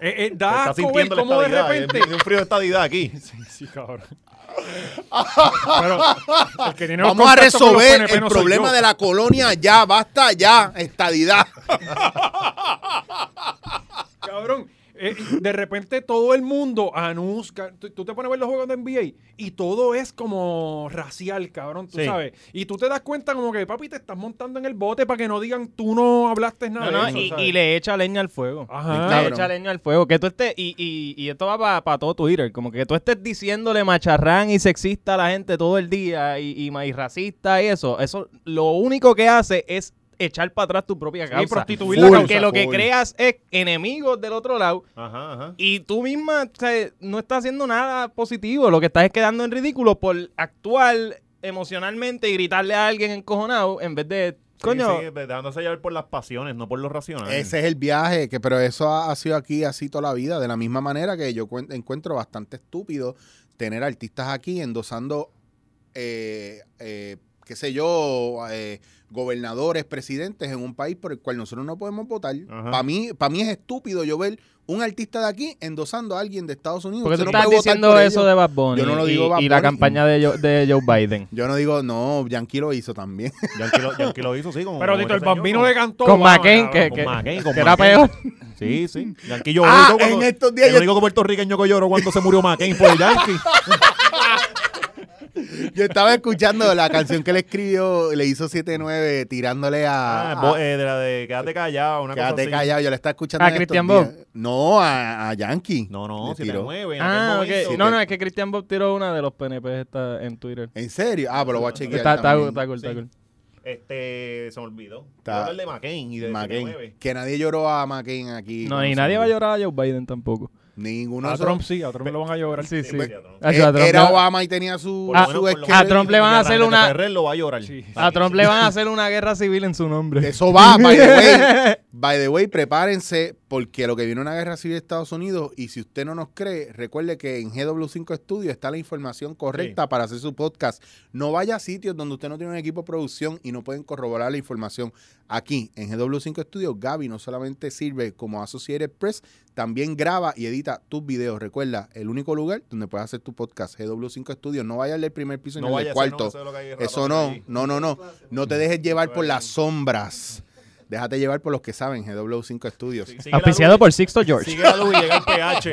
eh,
Se
da
está
asco ver
sintiendo la
cómo de
eh,
estadidad, eh,
repente.
es un frío de estadidad aquí.
Sí, cabrón. Pero el que tiene los
Vamos a
contactos con los
resolver
PNP
el
no soy
problema
yo.
de la colonia ya. Basta ya. Estadidad.
Cabrón, eh, de repente todo el mundo anuncia. Tú, tú te pones a ver los juegos de NBA y todo es como racial, cabrón, tú
Sí.
sabes. Y tú te das cuenta como que, papi, te estás montando en el bote para que no digan tú no hablaste nada.
No, no,
de eso,
y,
¿sabes?
y le echa leña al fuego.
Ajá.
Claro.
Le echa leña al fuego. Que tú estés, y, y, y esto va para todo Twitter. Como que tú estés diciéndole macharrán y sexista a la gente todo el día y, y maízracista y eso. Eso lo único que hace es echar para atrás tu propia causa.
prostituir
la
Porque
causa.
lo que
Full.
creas es enemigos del otro lado
Ajá, ajá.
y tú misma o sea, no estás haciendo nada positivo. Lo que estás es quedando en ridículo por actuar emocionalmente y gritarle a alguien encojonado en vez de, coño,
Sí, sí, dejándose llevar por las pasiones, no por lo racional.
Ese es el viaje, que pero eso ha, ha sido aquí así toda la vida, de la misma manera que yo cuen- encuentro bastante estúpido tener artistas aquí endosando, eh, eh, qué sé yo, eh, gobernadores, presidentes en un país por el cual nosotros no podemos votar.
Ajá.
Para mí, para mí es estúpido yo ver un artista de aquí endosando a alguien de Estados Unidos.
Porque tú
Usted no
estás
puede votar
diciendo
por
eso
ellos.
de Bad Bunny.
Yo no lo
y-
digo Bad
Y, la
Bunny.
campaña de Joe, de Joe Biden.
Yo no digo, no, Yankee lo hizo también.
Yankee lo, Yankee lo hizo, sí. Con,
Pero
con
Tito, el
este señor,
bambino
con-
le cantó.
Con
Obama,
McCain,
cabrón.
que,
con
que-
McCain, con
que era
McCain.
peor.
Sí, sí. Yankee lloró.
Ah,
y todo
en
cuando-
estos días
El
yo-
único puertorriqueño que lloró cuando se murió McCain fue el Yankee.
Yo estaba escuchando la canción que le escribió, le hizo 7-9 tirándole a,
Ah,
a-
bo- eh, de la de Quédate callado, una
Quédate
cosa así.
callado, yo la estaba escuchando.
¿A
en estos
Christian
días.
Bob?
No, a, a Yankee.
No,
Le
no, si te
tiró.
mueve. en aquel
Ah, ok.
momento.
No, no, es que Christian Bob tiró una de los PNP está en Twitter.
¿En serio? Ah, pero lo voy a chequear.
Está, está,
también.
cool, está cool, está cool.
Este, se me olvidó.
Está-
Iba a hablar de McCain y de
McCain.
19.
Que nadie lloró a McCain aquí.
No,
con
ni
nosotros.
nadie va a llorar a Joe Biden tampoco.
Ninguno
A
de
Trump sí, a Trump lo van a llorar.
Sí, sí.
Sí, pues, a Trump.
Hacho, a
nosotros.
Trump
E-, Era
le-
Obama y tenía su,
Por lo
su
menos, por lo
esqueleto.
a Trump le van a hacer
Ferrer-
una-
Ferrer lo va a llorar.
Sí.
A Trump le van a hacer una guerra civil en su nombre.
Eso va, by the way. By the way, prepárense, porque lo que viene es una guerra civil de Estados Unidos, y si usted no nos cree, recuerde que en GW5 Studio está la información correcta para hacer su podcast. No vaya a sitios donde usted no tiene un equipo de producción y no pueden corroborar la información. Aquí, en GW5 Studio, Gaby no solamente sirve como Associated Press, también graba y edita tus videos. Recuerda, el único lugar donde puedes hacer tu podcast, GW5 Studio. No vaya al del primer piso ni al
vaya
del
a ser,
cuarto.
eso es lo que hay de
Eso
ratón
no,
ahí.
no, no, no. No te dejes llevar por las sombras. Déjate llevar por los que saben, GW5 Studios.
Sí, sigue la
Auspiciado
luz,
por Sixto George.
Sigue la luz y llega el pH.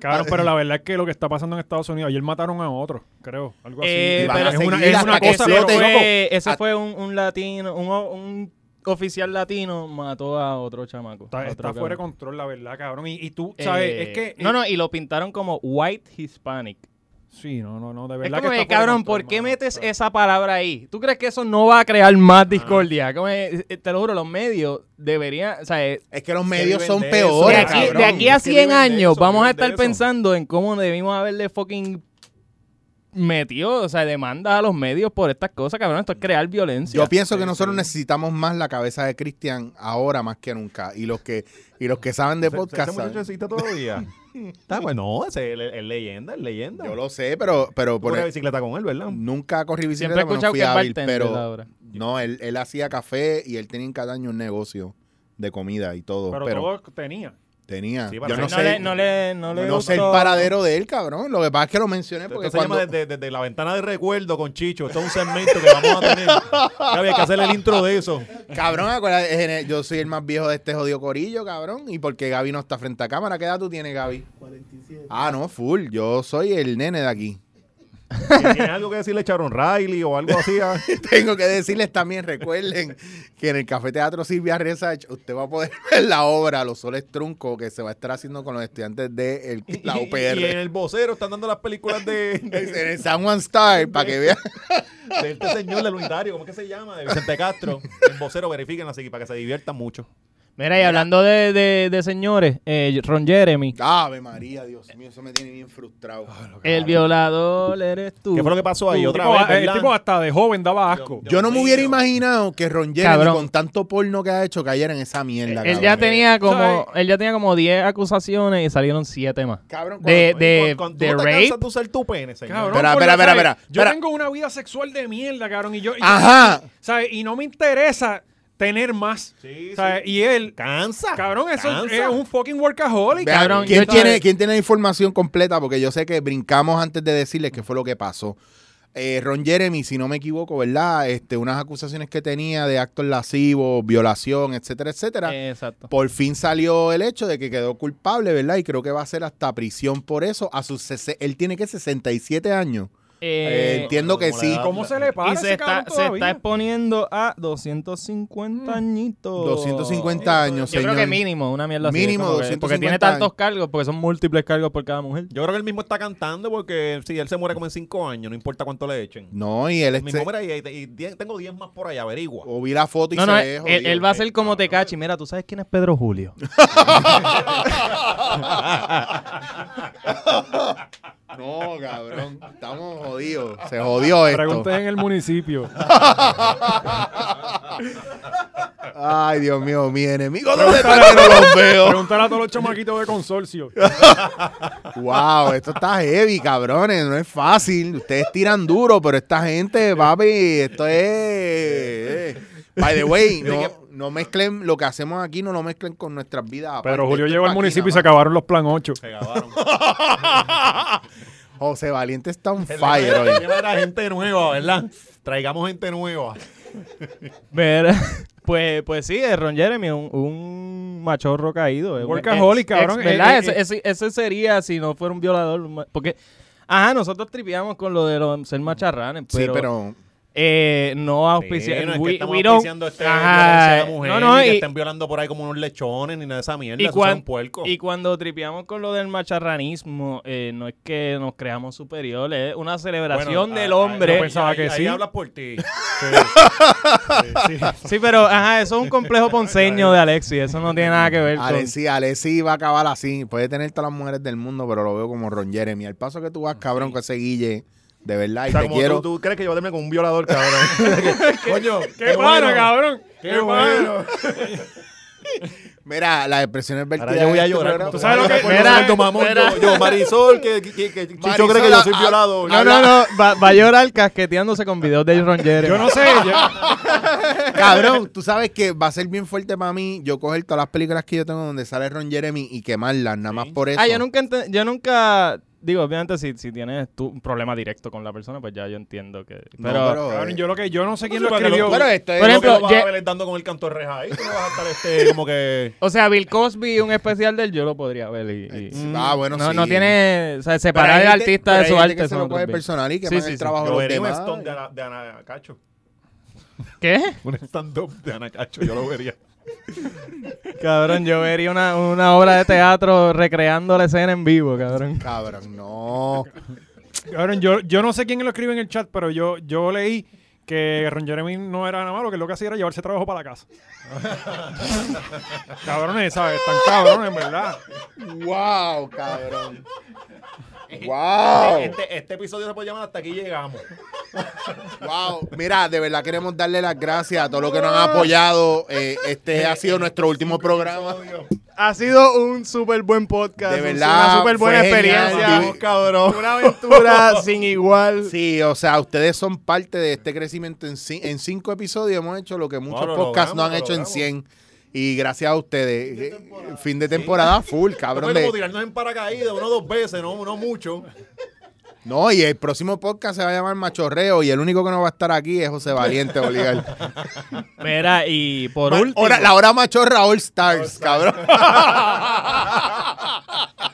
Cabrón, pero la verdad es que lo que está pasando en Estados Unidos, ayer mataron a otro, creo, algo así.
Y
Eh,
van
pero
a
es una,
seguir
es
hasta
una
que
cosa,
explote.
pero,
ese
loco,
fue, ese
a-
fue un, un latino, un, o- un oficial latino mató a otro chamaco. a
está,
otro
está fuera de
cabrón.
control, la verdad, cabrón. Y, y tú, ¿sabes?
Eh,
es que...
No, no, y lo pintaron como white hispanic.
Sí, no, no, no, de
Es
verdad
como
que
que,
está fuera de
cabrón,
control,
¿por qué
mano,
metes
¿sabes?
esa palabra ahí? ¿Tú crees que eso no va a crear más discordia? Como que, eh, te lo juro, los medios deberían... O sea, eh,
Es que los
que
medios
viven
son
de eso,
peores,
de,
Ahora,
aquí,
cabrón.
de aquí a
es que
100
viven de
años
eso,
vamos a
viven de
estar
eso.
pensando en cómo debimos haberle fucking metido, o sea, demandas a los medios por estas cosas, cabrón. Esto es crear violencia.
Yo pienso que nosotros necesitamos más la cabeza de Cristian ahora más que nunca. Y los que, y los que saben de
Ese-
podcast
Ese muchacho
saben.
existe todavía. Está bueno, ese es, es leyenda, es leyenda.
Yo lo Mm, sé, pero, pero
Tú
por e-
corres bicicleta con él, ¿verdad?
nunca corrí bicicleta,
Siempre he
pero no
escuchado
fui
que es
hábil,
bartender
pero
ahora.
no, él, él hacía café y él tenía en cada año un negocio de comida y todo,
Pero,
pero,
todo tenía.
tenía.
Sí,
yo
para
no
hacer-
sé,
le, no le, no le
no sé el
gustó.
paradero de él, cabrón. Lo que pasa es que lo mencioné porque
Porque
cuando
desde, desde la ventana de recuerdo con Chicho. Esto es un segmento que vamos a tener. Que había que hacer el intro de eso.
Cabrón, acuérdate, es en el- yo soy el más viejo de este jodido corillo, cabrón. Y porque Gaby no está frente a cámara, ¿qué edad tú tienes, Gaby?
47.
Ah, no, full. Yo soy el nene de aquí.
Si tiene algo que decirle a Sharon Riley o algo así. ah.
Tengo que decirles también, recuerden que en el Café Teatro Silvia Resach usted va a poder ver la obra Los Soles Trunco que se va a estar haciendo con los estudiantes de el- la
Y- y-
UPR.
Y en el vocero están dando las películas de, de-
En el San Juan Star, para que vean.
de este señor del unitario. ¿Cómo es que se llama? De Vicente Castro. El vocero, verifiquen así para que se diviertan mucho.
Mira, y hablando de, de- de señores, eh, Ron Jeremy,
Ave María, Dios mío, eso me tiene bien frustrado.
Ah,
el violador eres tú.
¿Qué fue lo que pasó ahí?
El
Otra
Uh, tipo-
vez,
el
¿verdad?
tipo hasta de joven daba asco.
Yo no me hubiera imaginado que Ron Jeremy,
Cabrón.
con tanto porno que ha hecho, cayera en esa mierda.
él
cabrón.
ya tenía como
¿Sabes?
él ya tenía como 10 acusaciones y salieron 7 más.
Cabrón,
De-
cuando-
de,
Cuando tú
de
no te
rape
cansas Eh, de usar tu pene, señor.
Cabrón,
Espera,
por
espera,
la-
espera,
¿sabes?
espera,
Yo
espera.
tengo una vida sexual de mierda, cabrón, y yo, y yo-
Ajá.
¿sabes? Y no me interesa tener más.
Sí,
¿sabes? Y él,
Cansa.
cabrón, eso
cansa.
es un fucking workaholic.
Vean,
Cabrón,
¿quién,
yo estaba-
tiene, quién tiene la información completa? Porque yo sé que brincamos antes de decirles qué fue lo que pasó. Eh, Ron Jeremy, si no me equivoco, ¿verdad? Este, unas acusaciones que tenía de actos lascivos, violación, etcétera,
Eh,
etcétera.
Exacto.
Por fin salió el hecho de que quedó culpable, ¿verdad? Y creo que va a ser hasta prisión por eso. A sus sese- él tiene que 67 años. Eh,
Eh,
entiendo que
como
sí.
la-
¿Cómo se le para a
y se
ese
está,
cabrón
se está
todavía?
exponiendo a 250 añitos.
250 años,
Mm. Yo
señor.
creo que mínimo, una mierda así,
Mínimo
como que- Porque
250
tiene tantos
años.
cargos, porque son múltiples cargos por cada mujer.
Yo creo que él mismo está cantando porque si él se muere como en cinco años, no importa cuánto le echen. Pues
No, y él
Mi
este,
número ahí, y, y diez- tengo 10 más por ahí, averigua.
o vi la foto y
No,
se
no,
ve
él,
jodido.
él va a ser como Tecachi. Mira, tú sabes quién es Pedro Julio.
No, cabrón. Estamos jodidos. Se jodió esto.
Pregunté en el municipio.
Ay, Dios mío, mi enemigo, ¿dónde está que no los veo?
Preguntar a todos los chamaquitos de consorcio.
Wow, esto está heavy, cabrones. No es fácil. Ustedes tiran duro, pero esta gente, papi, esto es. By the way, no, no mezclen lo que hacemos aquí, no lo mezclen con nuestras vidas. aparte.
Pero Julio
Esto
llegó
está
al
aquí
municipio y se
nada más.
acabaron los plan 8.
Se acabaron.
José Valiente está on
El
fire
tema- el
hoy.
tema era gente nueva, ¿verdad? Traigamos gente nueva.
Mira, pues, pues sí, es Ron Jeremy, un, un machorro caído. es un
Workaholic,
ex- ex-
cabrón. Eh,
¿Verdad?
eh,
ese,
eh.
ese- ese sería si no fuera un violador. un ma- Porque, ajá, nosotros tripeamos con lo de los, ser macharranes,
Sí, pero
eh, no auspiciar.
Sí, no es que
we-
estamos
we don't-
auspiciando este
Ajá. eh,
violencia a la mujer,
No, no,
ni que
y-
estén violando por ahí como unos lechones, ni nada de esa mierda.
Y
eso son
cuan-
puercos.
Y cuando tripeamos con lo del macharranismo, eh, no es que nos creamos superiores, es una celebración
Bueno,
del
ah, ah,
hombre.
yo
pensaba
ahí-
que
ahí
sí.
hablas por ti.
Sí.
Sí, pero ajá, eso es un complejo ponceño de Alexis, eso no tiene nada que ver con...
Alexi, Alexi va a acabar así. Puede tener todas las mujeres del mundo, pero lo veo como Ron Jeremy. Al paso que tú vas, cabrón, con ese guille, de verdad, y
O sea,
te
como
quiero.
tú, tú crees que yo voy a terminar con un violador, cabrón. Coño,
¡Qué pana, cabrón! ¡Qué, pana!
Mira, las expresiones verticales.
Ahora yo voy a
de este
llorar.
programa.
Tú sabes lo que
Mira,
Mira, mamón, yo, yo, Marisol, que, que, que- que Chicho
Marisol,
cree que yo soy
ah,
violado.
No, no, no, va, va a llorar casqueteándose con videos de Ron Jeremy.
Yo no sé, yo-
Cabrón, tú sabes que va a ser bien fuerte para mí yo coger todas las películas que yo tengo donde sale Ron Jeremy y quemarlas, nada más por eso.
Ah, yo nunca, ente- yo nunca... Digo, obviamente, si, si tienes tú un problema directo con la persona, pues ya yo entiendo que...
No,
pero- eh,
cabrón, yo lo que yo no sé quién
Sí,
lo
para que
escribió.
lo-
Bueno, esto es.
Por
Por
ejemplo,
ejemplo, vas
Ye-
a ver dando con el cantor reja ahí, tú no vas a estar este, como que...
O sea, Bill Cosby, un especial de él, yo lo podría ver y... y-
ah, bueno,
no,
sí.
no tiene... O sea,
Pero hay
separar al
gente-
artista
pero
de
hay
su
gente
arte...
que se
son
lo
otros
coge
mil.
personal y que
Sí,
sí,
sí, sí.
el trabajo
Yo
de
vería
los
un
demás.
stand de, Ana- de Ana Cacho.
¿Qué?
Un stand-up de Ana Cacho, yo lo vería.
Cabrón, yo vería una, una obra de teatro recreando la escena en vivo, cabrón.
Cabrón, no.
Cabrón, yo, yo no sé quién lo escribe en el chat, pero yo, yo leí que Ron Jeremy no era nada malo, que lo que hacía era llevarse trabajo para la casa. cabrones, ¿sabes? Están cabrones, en verdad.
wow, cabrón. Wow.
Este, este episodio se puede llamar Hasta aquí llegamos.
Wow, mira, de verdad queremos darle las gracias a todos los que nos han apoyado. Eh, este ha sido nuestro último programa.
Ha sido un súper buen podcast.
De verdad,
Una súper buena
fue genial.
experiencia.
Yo-
cabrón.
Una aventura sin igual.
Sí, o sea, ustedes son parte de este crecimiento. En, ci- en cinco episodios hemos hecho lo que muchos
lo
podcasts no han
logramos, lo
hecho en
logramos.
100. Y gracias a ustedes. Eh, Fin de temporada, full,
Fue
cabrón.
como
de-
tirarnos en paracaídas uno o dos veces, no, no mucho.
No, y el próximo podcast se va a llamar Machorreo. Y el único que no va a estar aquí es José Valiente, Bolívar.
Mira, y por
Ma-
último.
hora- la hora machorra All Stars, cabrón.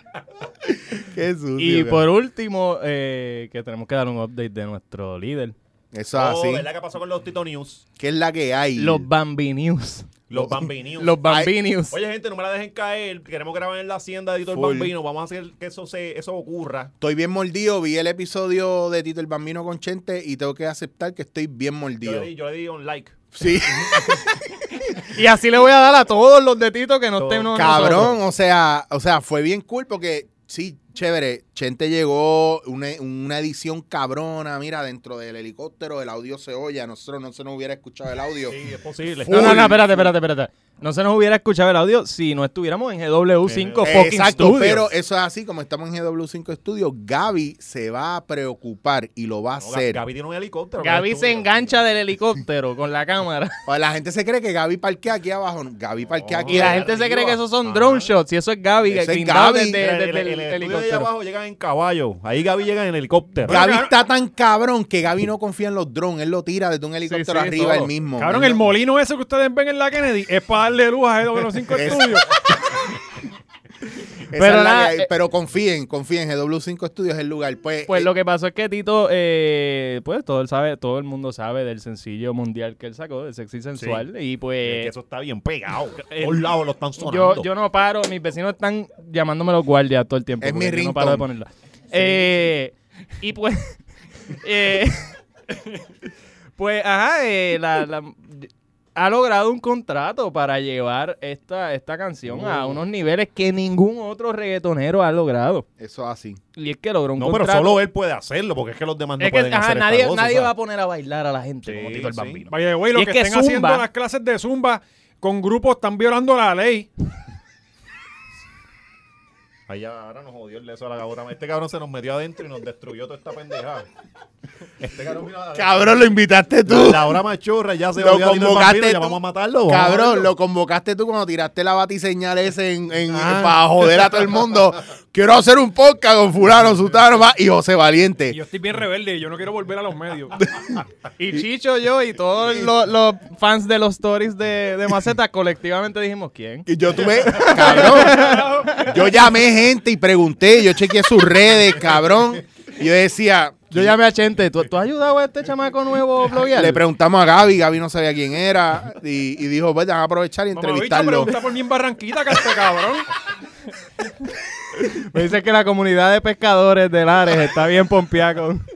Qué sucio.
y
cabrón.
por último, eh, que tenemos que dar un update de nuestro líder.
Eso es
Oh,
así.
¿Verdad que pasó con los Tito News?
¿Qué es la que hay?
Los Bambi News.
Los Bambi News.
Los Bambi News.
Oye, gente, no me la dejen caer. Queremos grabar en la hacienda de Tito el
Full.
Bambino. Vamos a hacer que eso se eso ocurra.
Estoy bien mordido. Vi el episodio de Tito el Bambino con Chente y tengo que aceptar que estoy bien
Yo le,
mordido.
di, yo le di un like.
Sí,
Y así le voy a dar a todos los de Tito que no estén. uno de nosotros.
cabrón. O sea, o sea, fue bien cool porque sí, chévere. Chente llegó una, una edición cabrona. Mira, dentro del helicóptero el audio se oye. A nosotros no se nos hubiera escuchado el audio.
Sí, es posible.
No, no, no, espérate, espérate, espérate. No se nos hubiera escuchado el audio si no estuviéramos en GW5 fucking
Eh, Exacto,
Studios.
pero eso es así, como estamos en GW5 Studios, Gaby se va a preocupar y lo va a
No, Gaby-
hacer.
Gaby tiene un helicóptero.
Gaby se
Estudio.
engancha del helicóptero con la cámara.
O la gente se cree que Gaby parquea aquí abajo. no, Gaby parquea aquí
Y la
Ahí
gente se
arriba.
cree que esos son
Ajá.
drone shots y eso es Gaby
Eso es
guindado
Gaby.
Ah.
desde-
Mira,
desde
el, el- el estudio
el
de allá
helicóptero.
abajo llegan en caballo. Ahí Gaby llega en helicóptero.
Gaby está tan cabrón que Gaby no confía en los drones. Él lo tira desde un helicóptero
sí,
arriba
todo.
él mismo.
Cabrón, el molino ese que ustedes ven en la Kennedy es para darle luz a los cinco
Eso.
estudios.
Esa
Pero
es la
nada,
que hay.
eh.
pero confíen, confíen. GW5 Studios es el lugar. Pues,
Pues
eh,
lo que pasó es que Tito, eh, pues todo, él sabe, todo el mundo sabe del sencillo mundial que él sacó, de sexy sensual. Y
Que
pues
eso está bien pegado.
Eh,
Por lados lo están sonando.
yo, yo no paro, mis vecinos están llamándome los guardias todo el tiempo.
Es
porque
mi
yo no paro de
ringtone.
ponerla. Eh, y pues... eh, pues, ajá, eh, la- la- ha logrado un contrato para llevar esta, esta canción a unos niveles que ningún otro reggaetonero ha logrado.
Eso es así.
Y es que logró un
No, pero
contrato.
solo él puede hacerlo porque es que los demás no
es que
pueden
ajá,
hacer esta
nadie,
cosa,
nadie
¿sabes?
va a poner a bailar a la gente como
Sí,
Tito el
sí.
Bambino.
Vaya, güey, los
Y es
que,
que
estén
Zumba-
haciendo las clases de Zumba con grupos están violando la ley.
Ahí ya, ahora nos jodió el leso a la cabrona. Este cabrón se nos metió adentro y nos destruyó toda esta pendejada. Este cabrón vino a
Cabrón, lo invitaste tú.
la hora machorra ya se
Lo
odió a Tito el
convocaste
Bambino, ya
tú.
vamos a matarlo. vamos a
Cabrón,
matarlo.
lo convocaste tú cuando tiraste la batiseñal ese en, en- para joder a todo el mundo. Quiero hacer un podcast con fulano, sutano va, y José Valiente.
Y yo estoy bien rebelde y yo no quiero volver a los medios.
Y Chicho, yo y todos los, los fans de los stories de, de Maceta colectivamente dijimos quién.
Y yo tuve, cabrón, yo llamé gente y pregunté, yo chequeé sus redes, cabrón. Y yo decía,
Yo llamé a Chente. ¿Tú, tú has ayudado a este chamaco nuevo a bloguear?
Le preguntamos a Gaby, Gaby no sabía quién era y, y dijo, pues, van a aprovechar y
Mamavita
entrevistarlo.
pregunta por mí en Barranquita, que este cabrón.
Me dice que la comunidad de pescadores de Lares está bien pompeada con...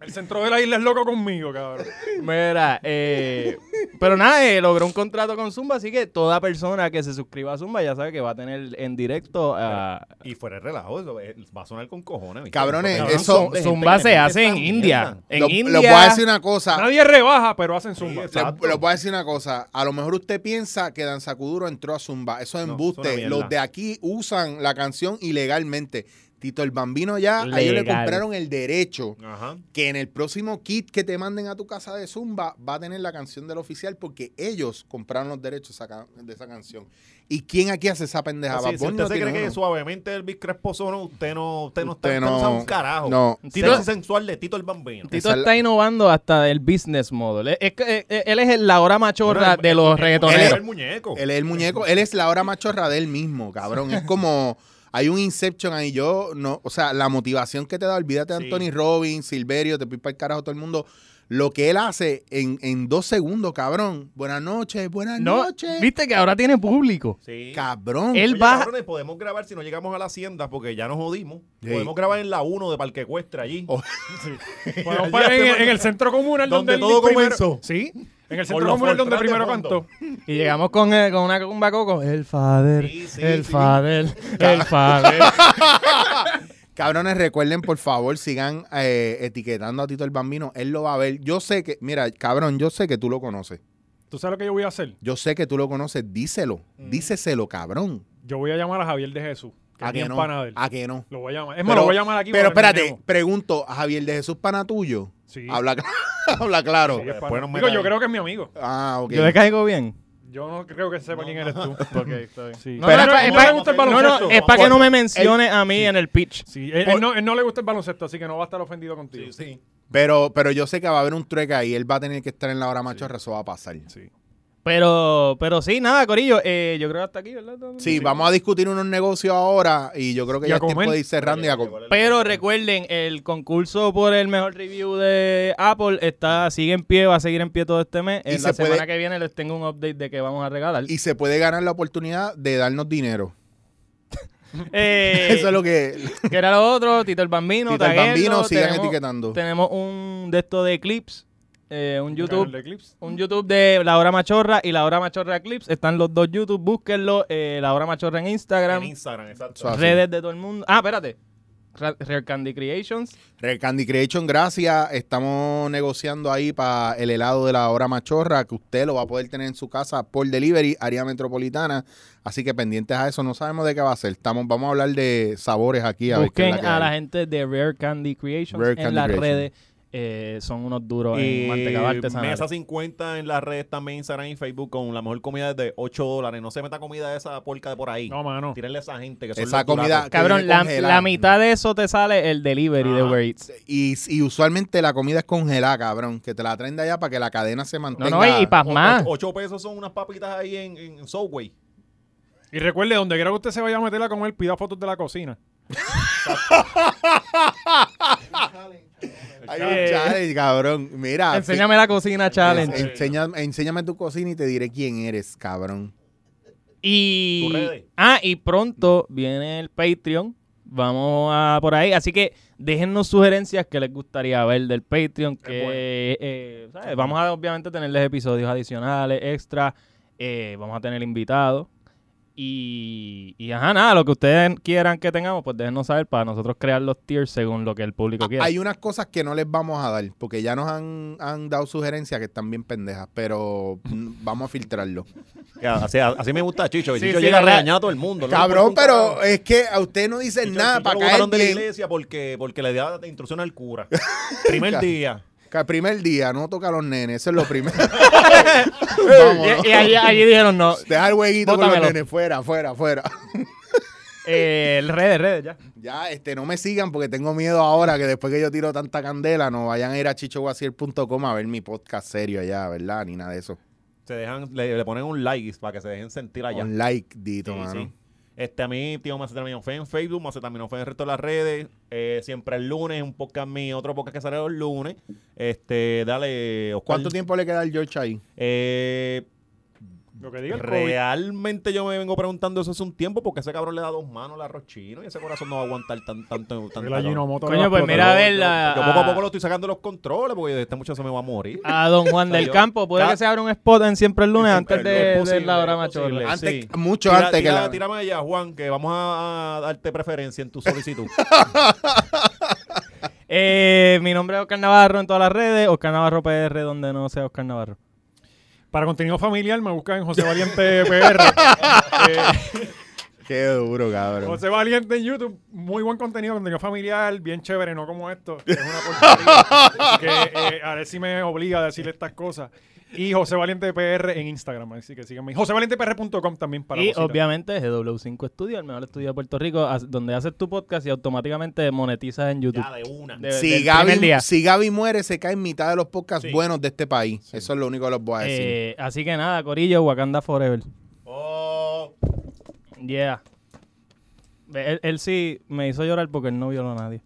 El centro de la isla es loco conmigo, cabrón.
Mira, eh, pero nada, eh, logró un contrato con Zumba, así que toda persona que se suscriba a Zumba ya sabe que va a tener en directo a...
Y fuera el relajo, eso, eh, va a sonar con cojones. ¿viste?
Cabrones,
Porque
eso-
son de gente
Zumba
que le
se
mete
hace en
esta
India.
mierda.
En
Lo-
India...
Les voy a decir una cosa.
Nadie rebaja, pero hacen zumba.
Sí,
Les,
Exacto.
les voy a decir una cosa. A lo mejor usted piensa que Danza Kuduro entró a Zumba. Eso es
No,
embuste.
es una mierda.
Los de aquí usan la canción ilegalmente. Tito el Bambino ya, a ellos le
Legal.
compraron el derecho
Ajá.
que en el próximo kit que te manden a tu casa de Zumba va a tener la canción del oficial porque ellos compraron los derechos esa ca- de esa canción. ¿Y quién aquí hace esa pendejada?
Así,
Bad
si
Bunny
usted
no
se cree
tiene
que
uno.
suavemente el Big Crespo Sono, usted no, usted no está
Usted
usted no
no-
sabe un carajo.
no.
Tito
Tito-
sensual de Tito el Bambino.
Tito
Esa es la-
está innovando hasta el business model. Es- es que, eh, él es el- la hora machorra de los
Él es
reggaetoneros.
el muñeco.
Él es el muñeco, él es la hora machorra de él mismo, cabrón. Es como hay un Inception ahí. Yo no, o sea, la motivación que te da, olvídate de
Sí.
Anthony Robbins, Silverio, te pipa el carajo todo el mundo. Lo que él hace en, en dos segundos, cabrón. Buenas noches, buenas
No,
noches.
viste que ahora tiene público.
Sí.
Cabrón.
Él
Oye,
va-
cabrones, podemos grabar si no llegamos a la hacienda porque ya nos jodimos.
Sí.
Podemos grabar en la 1 de Parque Cuestra allí.
Oh.
Bueno, para- en, en el centro comunal donde,
Donde
él
todo
primero-
comenzó.
Sí, en el centro
los
comunal donde
Fortran de
primero
fondo.
cantó.
Y llegamos con, eh, con una cumba coco. El father,
Sí, sí,
el
sí.
father, el father.
Cabrones, recuerden, por favor, sigan eh, etiquetando a Tito el Bambino. Él lo va a ver. Yo sé que, mira, cabrón, yo sé que tú lo conoces.
¿Tú sabes lo que yo voy a hacer?
Yo sé que tú lo conoces. Díselo. Díceselo, cabrón.
Yo voy a llamar a Javier de Jesús, que
A
es mi
que no.
pana de él.
A que no.
Lo voy a llamar. Es más, lo voy a llamar aquí.
Pero
para que
espérate,
terminemos.
pregunto, Javier de Jesús pana tuyo.
Sí.
Habla, cl- habla claro.
Sí, es
Después
pana.
nos
Digo,
meta
yo
ahí.
creo que es mi amigo.
Ah, ok.
Yo le caigo bien.
Yo no creo que sepa quién eres tú. Sí.
No,
Pero
no,
no,
es
no
pa-
le gusta el
no, no,
baloncesto.
es para que no me mencione a mí en el pitch.
Sí, él, él no, él no le gusta el baloncesto, así que no va a estar ofendido
Sí,
contigo.
sí.
Pero, pero yo sé que va a haber un trueque ahí. Él va a tener que estar en la hora machorra, eso va a pasar. Sí,
Pero, pero sí, nada, Corillo. eh, yo creo que hasta aquí, ¿verdad?
vamos a discutir unos negocios ahora y yo creo que
Y
ya
a
es tiempo
comer.
de ir cerrando y a comer.
Pero recuerden, el concurso por el mejor review de Apple está sigue en pie, va a seguir en pie todo este mes.
Y
En la
se puede-
semana que viene les tengo un update de que vamos a regalar.
Y se puede ganar la oportunidad de darnos dinero.
Eh,
Eso es lo que.
que era lo otro, Tito el Bambino,
Tito el Bambino,
taguenlo,
sigan
tenemos-
etiquetando.
Tenemos un de esto de clips, eh, un
canal
YouTube
de clips.
Un YouTube de La Hora Machorra y La Hora Machorra Clips. Están los dos YouTube, búsquenlo. eh, la Hora Machorra en Instagram.
En Instagram, exacto.
Suave.
redes de todo el mundo. Ah, espérate. Ra- Real Candy Creations.
Red Candy Creation, gracias. Estamos negociando ahí para el helado de la hora machorra, que usted lo va a poder tener en su casa por delivery, área metropolitana. Así que pendientes a eso, no sabemos de qué va a ser. Estamos, vamos a hablar de sabores aquí. A ver qué es
Busquen
la que
a
hay.
la gente de Rare Candy Creations
Rare
en
Candy
las
Creations.
redes. Eh, son unos duros
Y
en mantecado artesanal.
Mesa 50 en las redes también, Instagram y Facebook, con la mejor comida de 8 dólares. No se meta comida de esa porca de por ahí.
No, mano.
Tírenle a esa gente que son
Esa
los
comida.
duracos.
que
Cabrón,
viene
la,
congelada.
la mitad de eso te sale el delivery de
Ah.
Uber Eats.
Y, y usualmente la comida es congelada, cabrón. Que te la traen de allá para que la cadena se
No,
mantenga.
no, y, y
O-
pasmás.
o- Ocho pesos son unas papitas ahí en, en Subway.
Y recuerde, donde quiera que usted se vaya a meterla con él, pida fotos de la cocina.
Hay un challenge, cabrón. Mira.
Eh, Enséñame la cocina
challenge.
challenge.
enséñame, enséñame tu cocina y te diré quién eres, cabrón.
Y.
Tus redes.
Ah, y pronto viene el Patreon. Vamos a por ahí. Así que déjennos sugerencias que les gustaría ver del Patreon. Que, eh, ¿sabes? Vamos a obviamente tenerles episodios adicionales, extra. eh, vamos a tener invitados. Y, y ajá, nada, lo que ustedes quieran que tengamos, pues déjennos saber para nosotros crear los tiers según lo que el público
Ah,
quiera.
Ah, Hay unas cosas que no les vamos a dar, porque ya nos han, han dado sugerencias que están bien pendejas, pero mm, vamos a filtrarlo.
Así, así me gusta Chicho.
Sí,
Chicho
sí,
llega
¿verdad?
regañado a todo el mundo. no le
Cabrón,
importa un
pero
carajo.
es que a usted no dicen
Chicho-
nada
Chicho
para
lo
caer
botaron de la
bien.
iglesia porque, porque le daba instrucción al cura. Primer día.
Que al primer día no toca a los nenes, eso es lo primero. Vámonos.
y, y allí, allí dijeron no.
Deja el jueguito con los
Bótamelo.
nenes, fuera, fuera, fuera.
Eh, redes, redes, ya.
Ya, este, no me sigan porque tengo miedo ahora que después que yo tiro tanta candela, no vayan a ir a chichoguasier.com a ver mi podcast serio allá, ¿verdad? Ni nada de eso.
Se dejan, le, le ponen un like para que se dejen sentir allá.
Un like, Dito,
Sí,
mano.
sí. Este, a mí, tío Macetaminofen en Facebook, Macetaminofen en el resto de las redes. eh, siempre el lunes, un podcast mío, otro podcast que sale los lunes. Este, dale, Oscar.
¿Cuánto tiempo le queda al George ahí?
Eh,
Lo que diga el COVID.
realmente yo me vengo preguntando eso hace un tiempo porque ese cabrón le da dos manos al arroz chino y ese corazón no va a aguantar tan, tanto. tanto
El Ajinomoto le va
Coño,
a
pues
explotar.
mira a ver la- Ah.
yo poco a poco lo estoy sacando los controles porque de este muchacho se me va a morir.
a Don Juan del
Yo-
Campo. Puede
Ca-
que se abra un spot en Siempre el Lunes antes
Siempre el Lunes.
de,
Es
de
posible,
la hora
es posible.
machorra.
Eh,
Antes,
sí.
Mucho
Tira-
antes que
tira-
la...
Tírame allá, Juan, que vamos a, a darte preferencia en tu solicitud.
Eh, mi nombre es Oscar Navarro en todas las redes. Oscar Navarro PR, donde no sea Oscar Navarro.
Para contenido familiar me buscan en José Valiente PR. Eh,
Qué duro, cabrón.
José Valiente en YouTube. Muy buen contenido, contenido familiar, bien chévere, no como esto. que Es una porquería. que eh, a ver si me obliga a decirle estas cosas. Y José Valiente PR en Instagram, así que síganme. JoséValientePR.com también para
y
cositas.
obviamente GW5 Studio, el mejor estudio de Puerto Rico, as- donde haces tu podcast y automáticamente monetizas en YouTube.
ya de una.
De-
Si
del
Gaby,
primer día.
si Gaby muere, se cae en mitad de los podcasts
Sí.
buenos de este país. Eso es lo único que les voy a decir.
Eh, así que nada, Corillo, Wakanda Forever.
Oh.
Yeah. Ve, Él, él sí me hizo llorar porque él no violó a nadie.